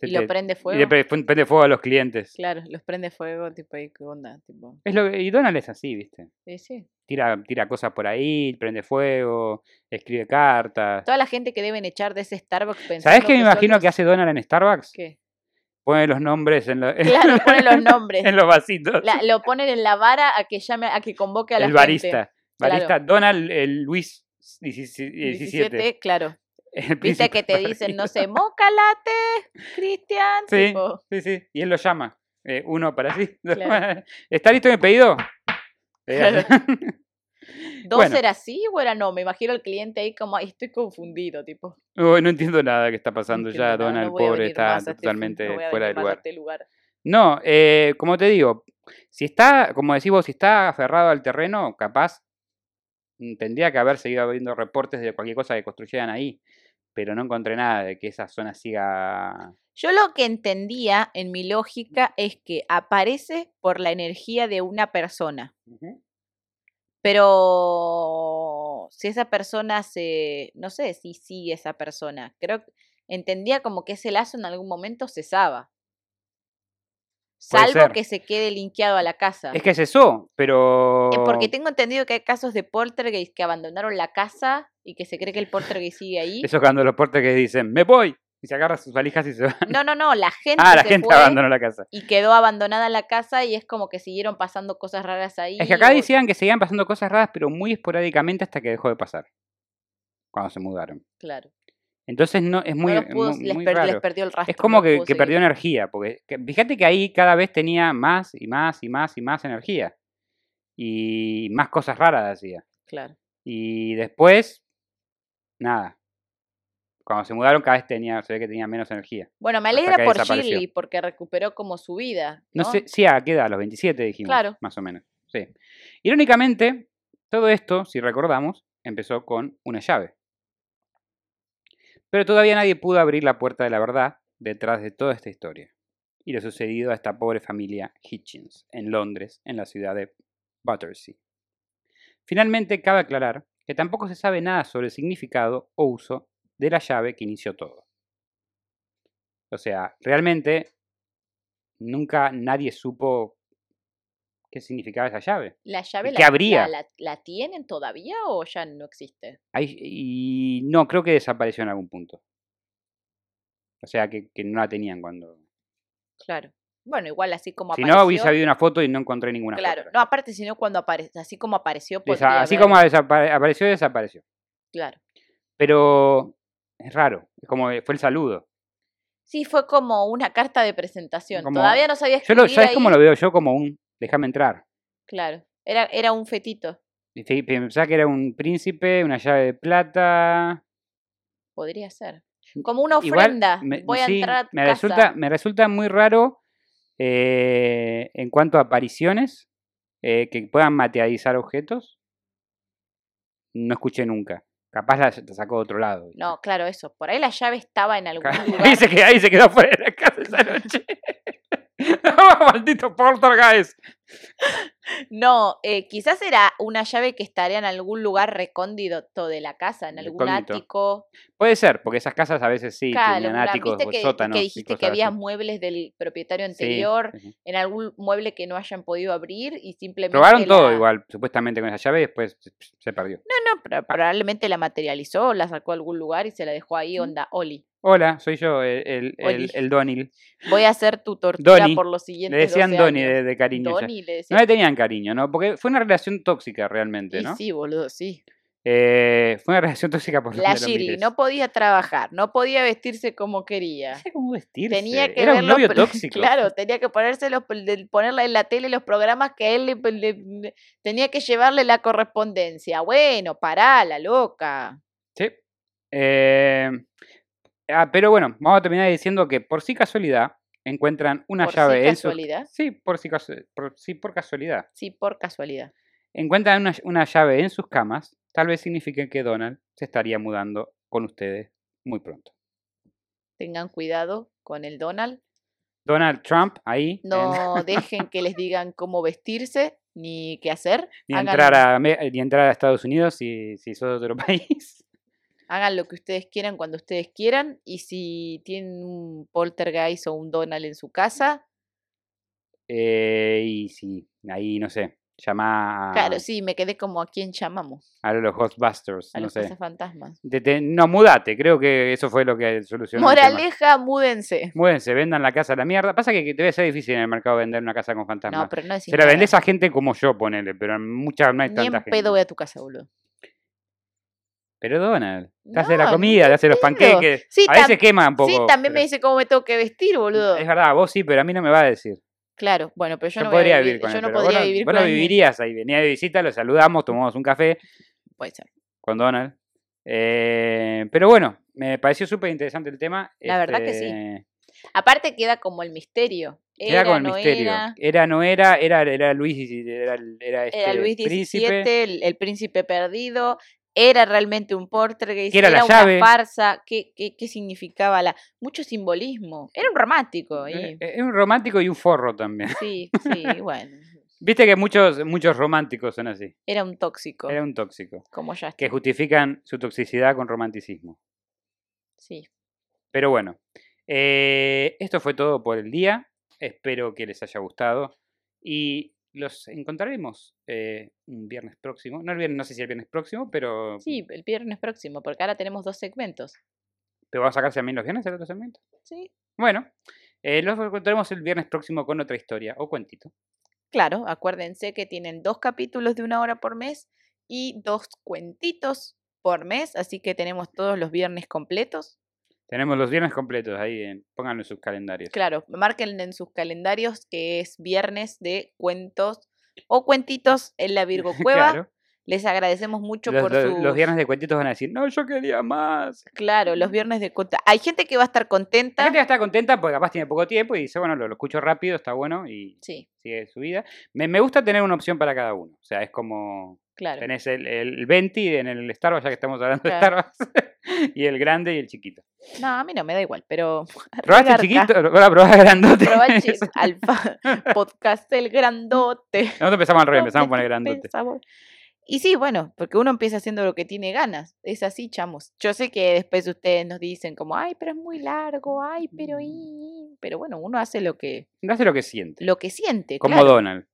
Se y te- lo prende y fuego. le pre- pon- prende fuego a los clientes. Claro, los prende fuego, tipo, ahí, ¿qué onda? Tipo, Es lo, y Donald es así, ¿viste? sí, sí. Tira, tira cosas por ahí, prende fuego, escribe cartas. Toda la gente que deben echar de ese Starbucks pensando ¿Sabes qué me imagino son que los- hace Donald en Starbucks? ¿Qué? Pone los nombres en, lo- en Claro, pone los nombres. los vasitos. La- lo ponen en la vara a que llame, a que convoque a la el gente. barista. Barista claro. Donald eh, Luis 17. 17, claro. el Viste príncipe que te dicen, barista. no sé, moca latte, Cristian, Sí. tipo, Sí, sí, y él lo llama. eh, uno para sí. dos Claro. para- ¿Está listo mi pedido? Eh, Le hace- ¿dos Bueno. era así o era no? Me imagino el cliente ahí como, "Ay, estoy confundido, tipo. Uy, no entiendo nada que está pasando "No ya. entiendo nada, Donald, no voy a pobre, venir está más a este fin- totalmente no voy a fuera de venir más a lugar. este lugar". No, eh, como te digo, si está, como decís vos, si está aferrado al terreno, capaz mm, tendría que haber seguido habiendo reportes de cualquier cosa que construyeran ahí, pero no encontré nada de que esa zona siga... Yo lo que entendía en mi lógica es que aparece por la energía de una persona, pero si esa persona se, no sé si sigue esa persona, creo que entendía como que ese lazo en algún momento cesaba. Puede ser. Salvo que se quede linkeado a la casa. Es que es eso, pero... Eh, Porque tengo entendido que hay casos de poltergeist que abandonaron la casa y que se cree que el poltergeist sigue ahí. Eso cuando los portes que dicen, me voy, y se agarra sus valijas y se va. No, no, no, la gente Ah, la se gente fue abandonó la casa. y quedó abandonada la casa y es como que siguieron pasando cosas raras ahí. Es que acá o- decían que seguían pasando cosas raras, pero muy esporádicamente hasta que dejó de pasar. Cuando se mudaron. Claro. Entonces no, es No muy, los pudo- muy- les, muy per- les raro. perdió el rastro. Es como no que, pudo que seguir. perdió energía, porque que- fíjate que ahí cada vez tenía más y más y más y más energía. Y más cosas raras hacía. Claro. Y después, nada. Cuando se mudaron cada vez tenía, se ve que tenía menos energía. Bueno, me Hasta alegra que por desapareció. Shirley porque recuperó como su vida. No, No, sé, sí, a qué edad, los 27 dijimos, Claro. más o menos. Sí. Irónicamente, todo esto, si recordamos, empezó con una llave. Pero todavía nadie pudo abrir la puerta de la verdad detrás de toda esta historia. Y lo sucedido a esta pobre familia Hitchens, en Londres, en la ciudad de Battersea. Finalmente, cabe aclarar que tampoco se sabe nada sobre el significado o uso de la llave que inició todo. O sea, realmente nunca nadie supo qué significaba esa llave. ¿La llave ¿Y la, qué habría? La, la- la tienen todavía o ya no existe? Ahí- y no, creo que desapareció en algún punto. O sea, que, que no la tenían cuando... Claro. Bueno, igual así como Si apareció. no, hubiese habido una foto y no encontré ninguna Claro. foto. No, aparte, sino cuando aparece, así como apareció. Desa- podría así haber- como desapare- apareció, desapareció. Claro. Pero es raro, es como que fue el saludo. Sí, fue como una carta de presentación. Como- Todavía no sabía Yo escribir lo, ¿Sabes cómo ahí. lo veo? Yo como un, déjame entrar. Claro. Era, era un fetito. Y te- Pensaba que era un príncipe, una llave de plata. Podría ser. Como una Igual, ofrenda. me- Voy a sí, entrar a tu me casa. resulta me resulta muy raro eh, en cuanto a apariciones eh, que puedan materializar objetos no escuché nunca capaz la, la sacó de otro lado ¿viste? No, claro, eso. Por ahí la llave estaba en algún ahí, lugar. se quedó, ahí se quedó fuera de la casa esa noche maldito poltergeist No, eh, quizás era una llave que estaría en algún lugar recóndito de la casa, en algún Recóndito. ático. puede ser porque esas casas a veces sí Claro, tenían algún lugar. áticos Viste o que, sótanos que y dijiste que cosas había así. muebles del propietario Sí, anterior, sí, sí. en algún mueble que no hayan podido abrir y simplemente. probaron todo este, la- igual Ah. supuestamente con esa llave y después se- se perdió No, no, pero probablemente la materializó, la sacó a algún lugar y se la dejó ahí, onda, Oli. hola soy yo el, el, el, Oli. el Donil Voy a hacer tu tortura Donny. por los siguientes. Le decían 12 Donny años". de, de cariño. ya. Donny, le No decían. le tenían cariño, ¿no? Porque fue una relación tóxica realmente, Y ¿no? sí, boludo, sí. Eh, fue una relación tóxica por La donde lo Shirley mires. no podía trabajar, no podía vestirse como quería. No sé cómo vestirse. Tenía que Era ver un los novio pro- tóxico. Claro, tenía que ponerse los, de- ponerle en la tele los programas que a él le, le- tenía que llevarle la correspondencia. Bueno, pará, la loca. Sí. Eh, ah, pero bueno, vamos a terminar diciendo que por sí casualidad encuentran una por sí llave. en su- casualidad. Sí, por sí, casu- por, sí, por casualidad. Sí, por casualidad. Encuentran una, una llave en sus camas. Tal vez signifique que Donald se estaría mudando con ustedes muy pronto. Tengan cuidado con el Donald. Donald Trump ahí. en- No dejen que les digan cómo vestirse ni qué hacer. ni Hagan- entrar a, Ame- ni entrar a Estados Unidos si, si sos de otro país. Hagan lo que ustedes quieran cuando ustedes quieran. Y si tienen un poltergeist o un Donald en su casa, Eh, y sí, ahí no sé, llama a, claro, sí, me quedé como a quién llamamos, a los Ghostbusters, a no los sé. cazafantasmas. Te- te- no, mudate, creo que eso fue lo que solucionó. el tema. Moraleja, múdense. Múdense, vendan la casa a la mierda. Pasa que, que debe ser difícil en el mercado vender una casa con fantasmas. No, pero no es Se la vendés a gente como yo, ponele, pero muchas no hay Ni en tanta gente. pedo voy a tu casa, boludo. Pero Donald, te hace la No, comida, te hace los pedo. panqueques. Sí, a veces tam- quema un poco. Sí, también me pero- dice cómo me tengo que vestir, boludo. Es verdad, vos sí, pero a mí no me va a decir. Claro, bueno, pero yo, Yo no voy a podría vivir, con yo él, no pero vos podría no- vivir vos no con él. vivirías ahí. Venía de visita, lo saludamos, tomamos un café Puede ser. con Donald. Eh, pero bueno, me pareció súper interesante el tema. La verdad que sí. Este, Aparte queda como el misterio. Era, con el no misterio. Era, Era, no era, era, era Luis, XVI, era, el- era este era Luis XVII, príncipe. el, el príncipe perdido. Era realmente un poltergeist, ¿Qué era la llave? una farsa, ¿qué, qué, qué significaba la...? Mucho simbolismo, era un romántico. Eh, Y, Es un romántico y un forro también. sí, sí, bueno, Viste que muchos, muchos románticos son así. era un tóxico, Era un tóxico. como ya Que justifican su toxicidad con romanticismo. Sí, Pero bueno, eh, esto fue todo por el día. Espero que les haya gustado. Y los encontraremos eh, un viernes próximo. No, el viernes, no sé si el viernes próximo, pero. sí, el viernes próximo, porque ahora tenemos dos segmentos. ¿Pero vamos a sacar también los viernes el otro segmento? Sí, Bueno, eh, los encontraremos el viernes próximo con otra historia o cuentito. claro, acuérdense que tienen dos capítulos de una hora por mes y dos cuentitos por mes, así que tenemos todos los viernes completos. Tenemos los viernes completos ahí, en, pónganlo en sus calendarios. Claro, marquen en sus calendarios que es viernes de cuentos o cuentitos en la Virgo Cueva. Claro. Les agradecemos mucho Los, por los- sus... los viernes de cuentitos van a decir, no, yo quería más. Claro, los viernes de cuentos. Hay gente que va a estar La contenta. gente está contenta porque capaz tiene poco tiempo y dice, bueno, lo, lo escucho rápido, está bueno y Sí, sigue su vida. Me, me gusta tener una opción para cada uno. O sea, es como claro. tenés el, el 20 en el Starbucks, ya que estamos hablando Claro. de Starbucks, y el grande y el chiquito. No, a mí no me da igual, pero... ¿Probaste el Garca. chiquito? Ahora probás el grandote. Proba el chi- Eso. alfa, podcast el grandote. Nosotros empezamos al revés, empezamos a Porque poner grandote. pensamos- Y sí, bueno, porque uno empieza haciendo lo que tiene ganas. Es así, chamos. Yo sé que después ustedes nos dicen como, ay, pero es muy largo, ay, pero... Mm. y-". Pero bueno, uno hace lo que, No hace lo que siente. lo que siente, Como claro, Donald,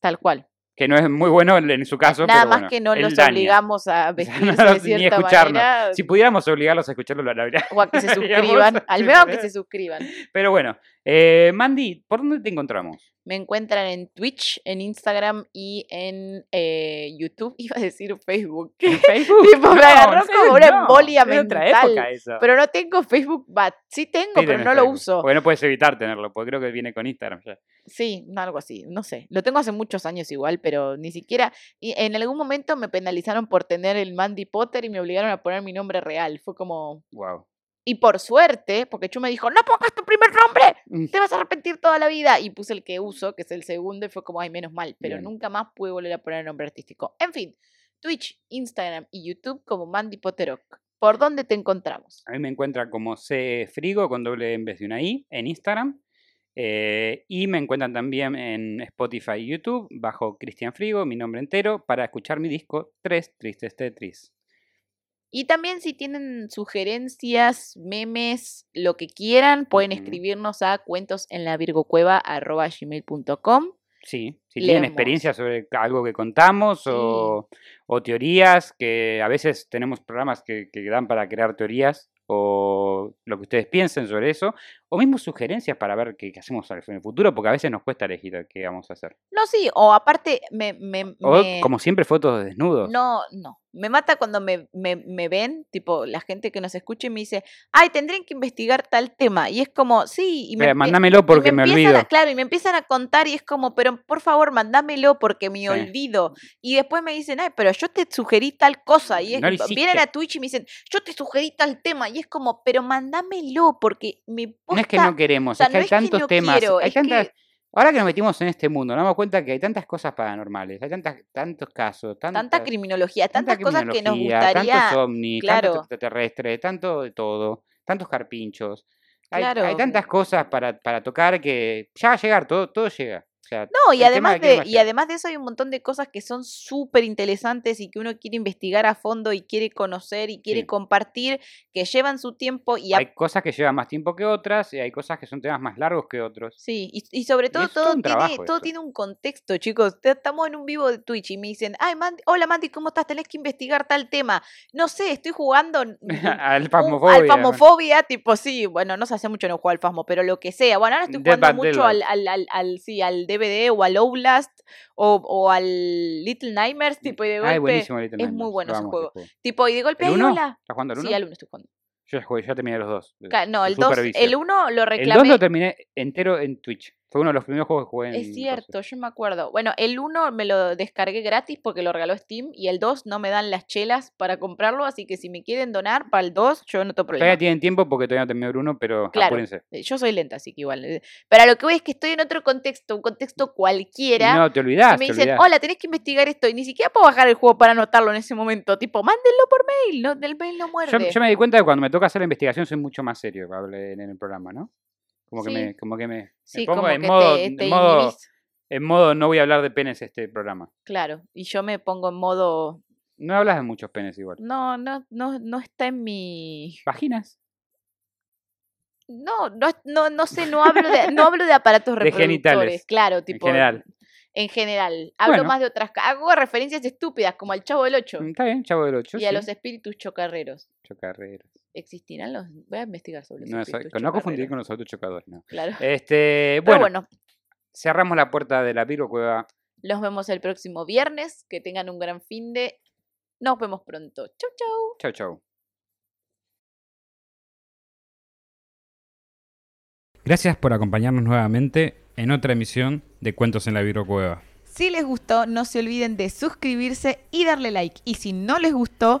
tal cual. que no es muy bueno en, en su caso. Nada pero más bueno, que no él los daña. obligamos sea, a no vestirse los- de ni cierta escucharnos. manera Si pudiéramos obligarlos a escucharlo, lo habría. o a que se digamos, suscriban, al sí, menos pero- que se suscriban. Pero bueno, eh, Mandy, ¿por dónde te encontramos? Me encuentran en Twitch, en Instagram y en eh, YouTube. Iba a decir Facebook. ¿En Facebook? Tipo, me agarró en como Facebook una no, embolia es otra mental. época eso. Pero no tengo Facebook, but sí tengo, Ah. Sí, pero tenés no lo Facebook, uso. Porque no puedes evitar tenerlo, porque creo que viene con Instagram ya. Sí, algo así, no sé. Lo tengo hace muchos años igual, pero ni siquiera. Y en algún momento me penalizaron por tener el Mandy Potter y me obligaron a poner mi nombre real. Fue como. Wow. Y por suerte, porque Chu me dijo, no pongas tu primer nombre, te vas a arrepentir toda la vida. Y puse el que uso, que es el segundo, y fue como, ay, menos mal, pero Bien. nunca más pude volver a poner nombre artístico. En fin, Twitch, Instagram y YouTube como Mandy Potterock. ¿Por dónde te encontramos? A mí me encuentran como C Frigo con doble E en vez de una I en Instagram. Eh, y me encuentran también en Spotify y YouTube bajo Cristian Frigo, mi nombre entero, para escuchar mi disco Tres Tristes Tetris. Y también si tienen sugerencias, memes, lo que quieran, pueden Ujú. escribirnos a cuentos en la virgocueva.com. Sí, si tienen Leemos. experiencia sobre algo que contamos o, o teorías, que a veces tenemos programas que, que dan para crear teorías o lo que ustedes piensen sobre eso, o mismo sugerencias para ver qué, qué hacemos en el futuro, porque a veces nos cuesta elegir a qué vamos a hacer. No, sí, o aparte me... me- O, me- como siempre, fotos de desnudos. No, no. Me mata cuando me, me, me ven, tipo, la gente que nos escucha y me dice, ay, tendrían que investigar tal tema. Y es como, sí, y me, Espera, empie- Eh, mándamelo y porque me, empiezan olvido. A, claro, y me empiezan a contar y es como, pero por favor, mandámelo porque me Sí. olvido. Y después me dicen, ay, pero yo te sugerí tal cosa. Y es, No lo vienen hiciste. a Twitch y me dicen, yo te sugerí tal tema. Y es como, pero mandámelo porque me No es que posta- no queremos, o sea, es que no hay es que tantos no temas. quiero, hay es que- tantas... Ahora que nos metimos en este mundo, nos damos cuenta que hay tantas cosas paranormales, hay tantas, tantos casos, Tanta tantas, criminología, tanta tantas cosas que nos criminología, gustaría. Tantos ovnis, claro. tantos extraterrestres, tanto de todo, tantos carpinchos. Hay, hay Claro. tantas cosas para, para tocar que ya va a llegar, todo, todo llega. O sea, No, y El tema además, de que de, no y llega. además de eso hay un montón de cosas que son súper interesantes y que uno quiere investigar a fondo y quiere conocer y quiere Sí. compartir, que llevan su tiempo y, a- hay cosas que llevan más tiempo que otras y hay cosas que son temas más largos que otros. sí, y, y sobre todo es todo todo, un tiene, trabajo todo eso. tiene un contexto, chicos. Te- Estamos en un vivo de Twitch y me dicen, ay, Mandy, hola Mandy, ¿cómo estás? Tenés que investigar tal tema. No sé, estoy jugando n- n- Al un- famofobia. al famofobia, tipo, sí, bueno, no se hace mucho no juego al fasmo, pero lo que sea. Bueno, ahora estoy Dead by jugando mucho al, Daylight. al, al, al- sí, al DVD o al Outlast o, o al Little Nightmares, tipo, y de golpe. Mm, Ay, buenísimo, Little es muy Nightmares, bueno lo ese amo juego. Tipo, y de golpe, ¿El ay, uno? hola. ¿Estás jugando al uno? Sí, al uno estoy jugando. Yo ya jugué, ya terminé los dos. Ca- No, el Super 2, vicio. el 1 lo El 2 reclamé. lo terminé entero en Twitch. Fue uno de los primeros juegos que jugué en Es mi cierto, yo me acuerdo. Bueno, el 1 me lo descargué gratis porque lo regaló Steam y el 2 no me dan las chelas para comprarlo, así que si me quieren donar para el 2, yo no tengo Todavía problema. tienen tiempo porque todavía no terminó el uno, pero Claro. apúrense. Eh, Yo soy lenta, así que igual. eh, Pero a lo que voy es que estoy en otro contexto, un contexto cualquiera. No, te y olvidás, me te dicen, olvidás. hola, tenés que investigar esto. Y ni siquiera puedo bajar el juego para anotarlo en ese momento. Tipo, mándenlo por mail. No, del mail no muerde. Yo, yo me di cuenta que cuando me toca hacer la investigación soy mucho más serio que hablé en el programa, ¿no? Como que Sí. me, como que me, me sí, pongo como en que modo, te, te en modo, inhibís. en modo no voy a hablar de penes este programa. Claro. Y yo me pongo en modo. No hablas de muchos penes igual. No, no, no, no está en mi. Vaginas. No, no, no, no sé, no hablo de, no hablo de aparatos De reproductores. genitales, Claro, tipo. general. En general. Hablo Bueno. más de otras. ca- Hago referencias estúpidas, como al Chavo del Ocho Mm, Está bien, chavo del 8. y a los espíritus chocarreros. chocarreros. ¿Existirán los? Voy a investigar sobre los No, eso- espíritus con- no confundir con chocarreros. los autochocadores, no. Claro. Este, bueno, Pero bueno, cerramos la puerta de la pirocueva. los vemos el próximo viernes. Que tengan un gran fin de. Nos vemos pronto. Chau, chau. Chau, chau. Gracias por acompañarnos nuevamente en otra emisión de Cuentos en la Birocueva. Si les gustó, no se olviden de suscribirse y darle like. Y si no les gustó,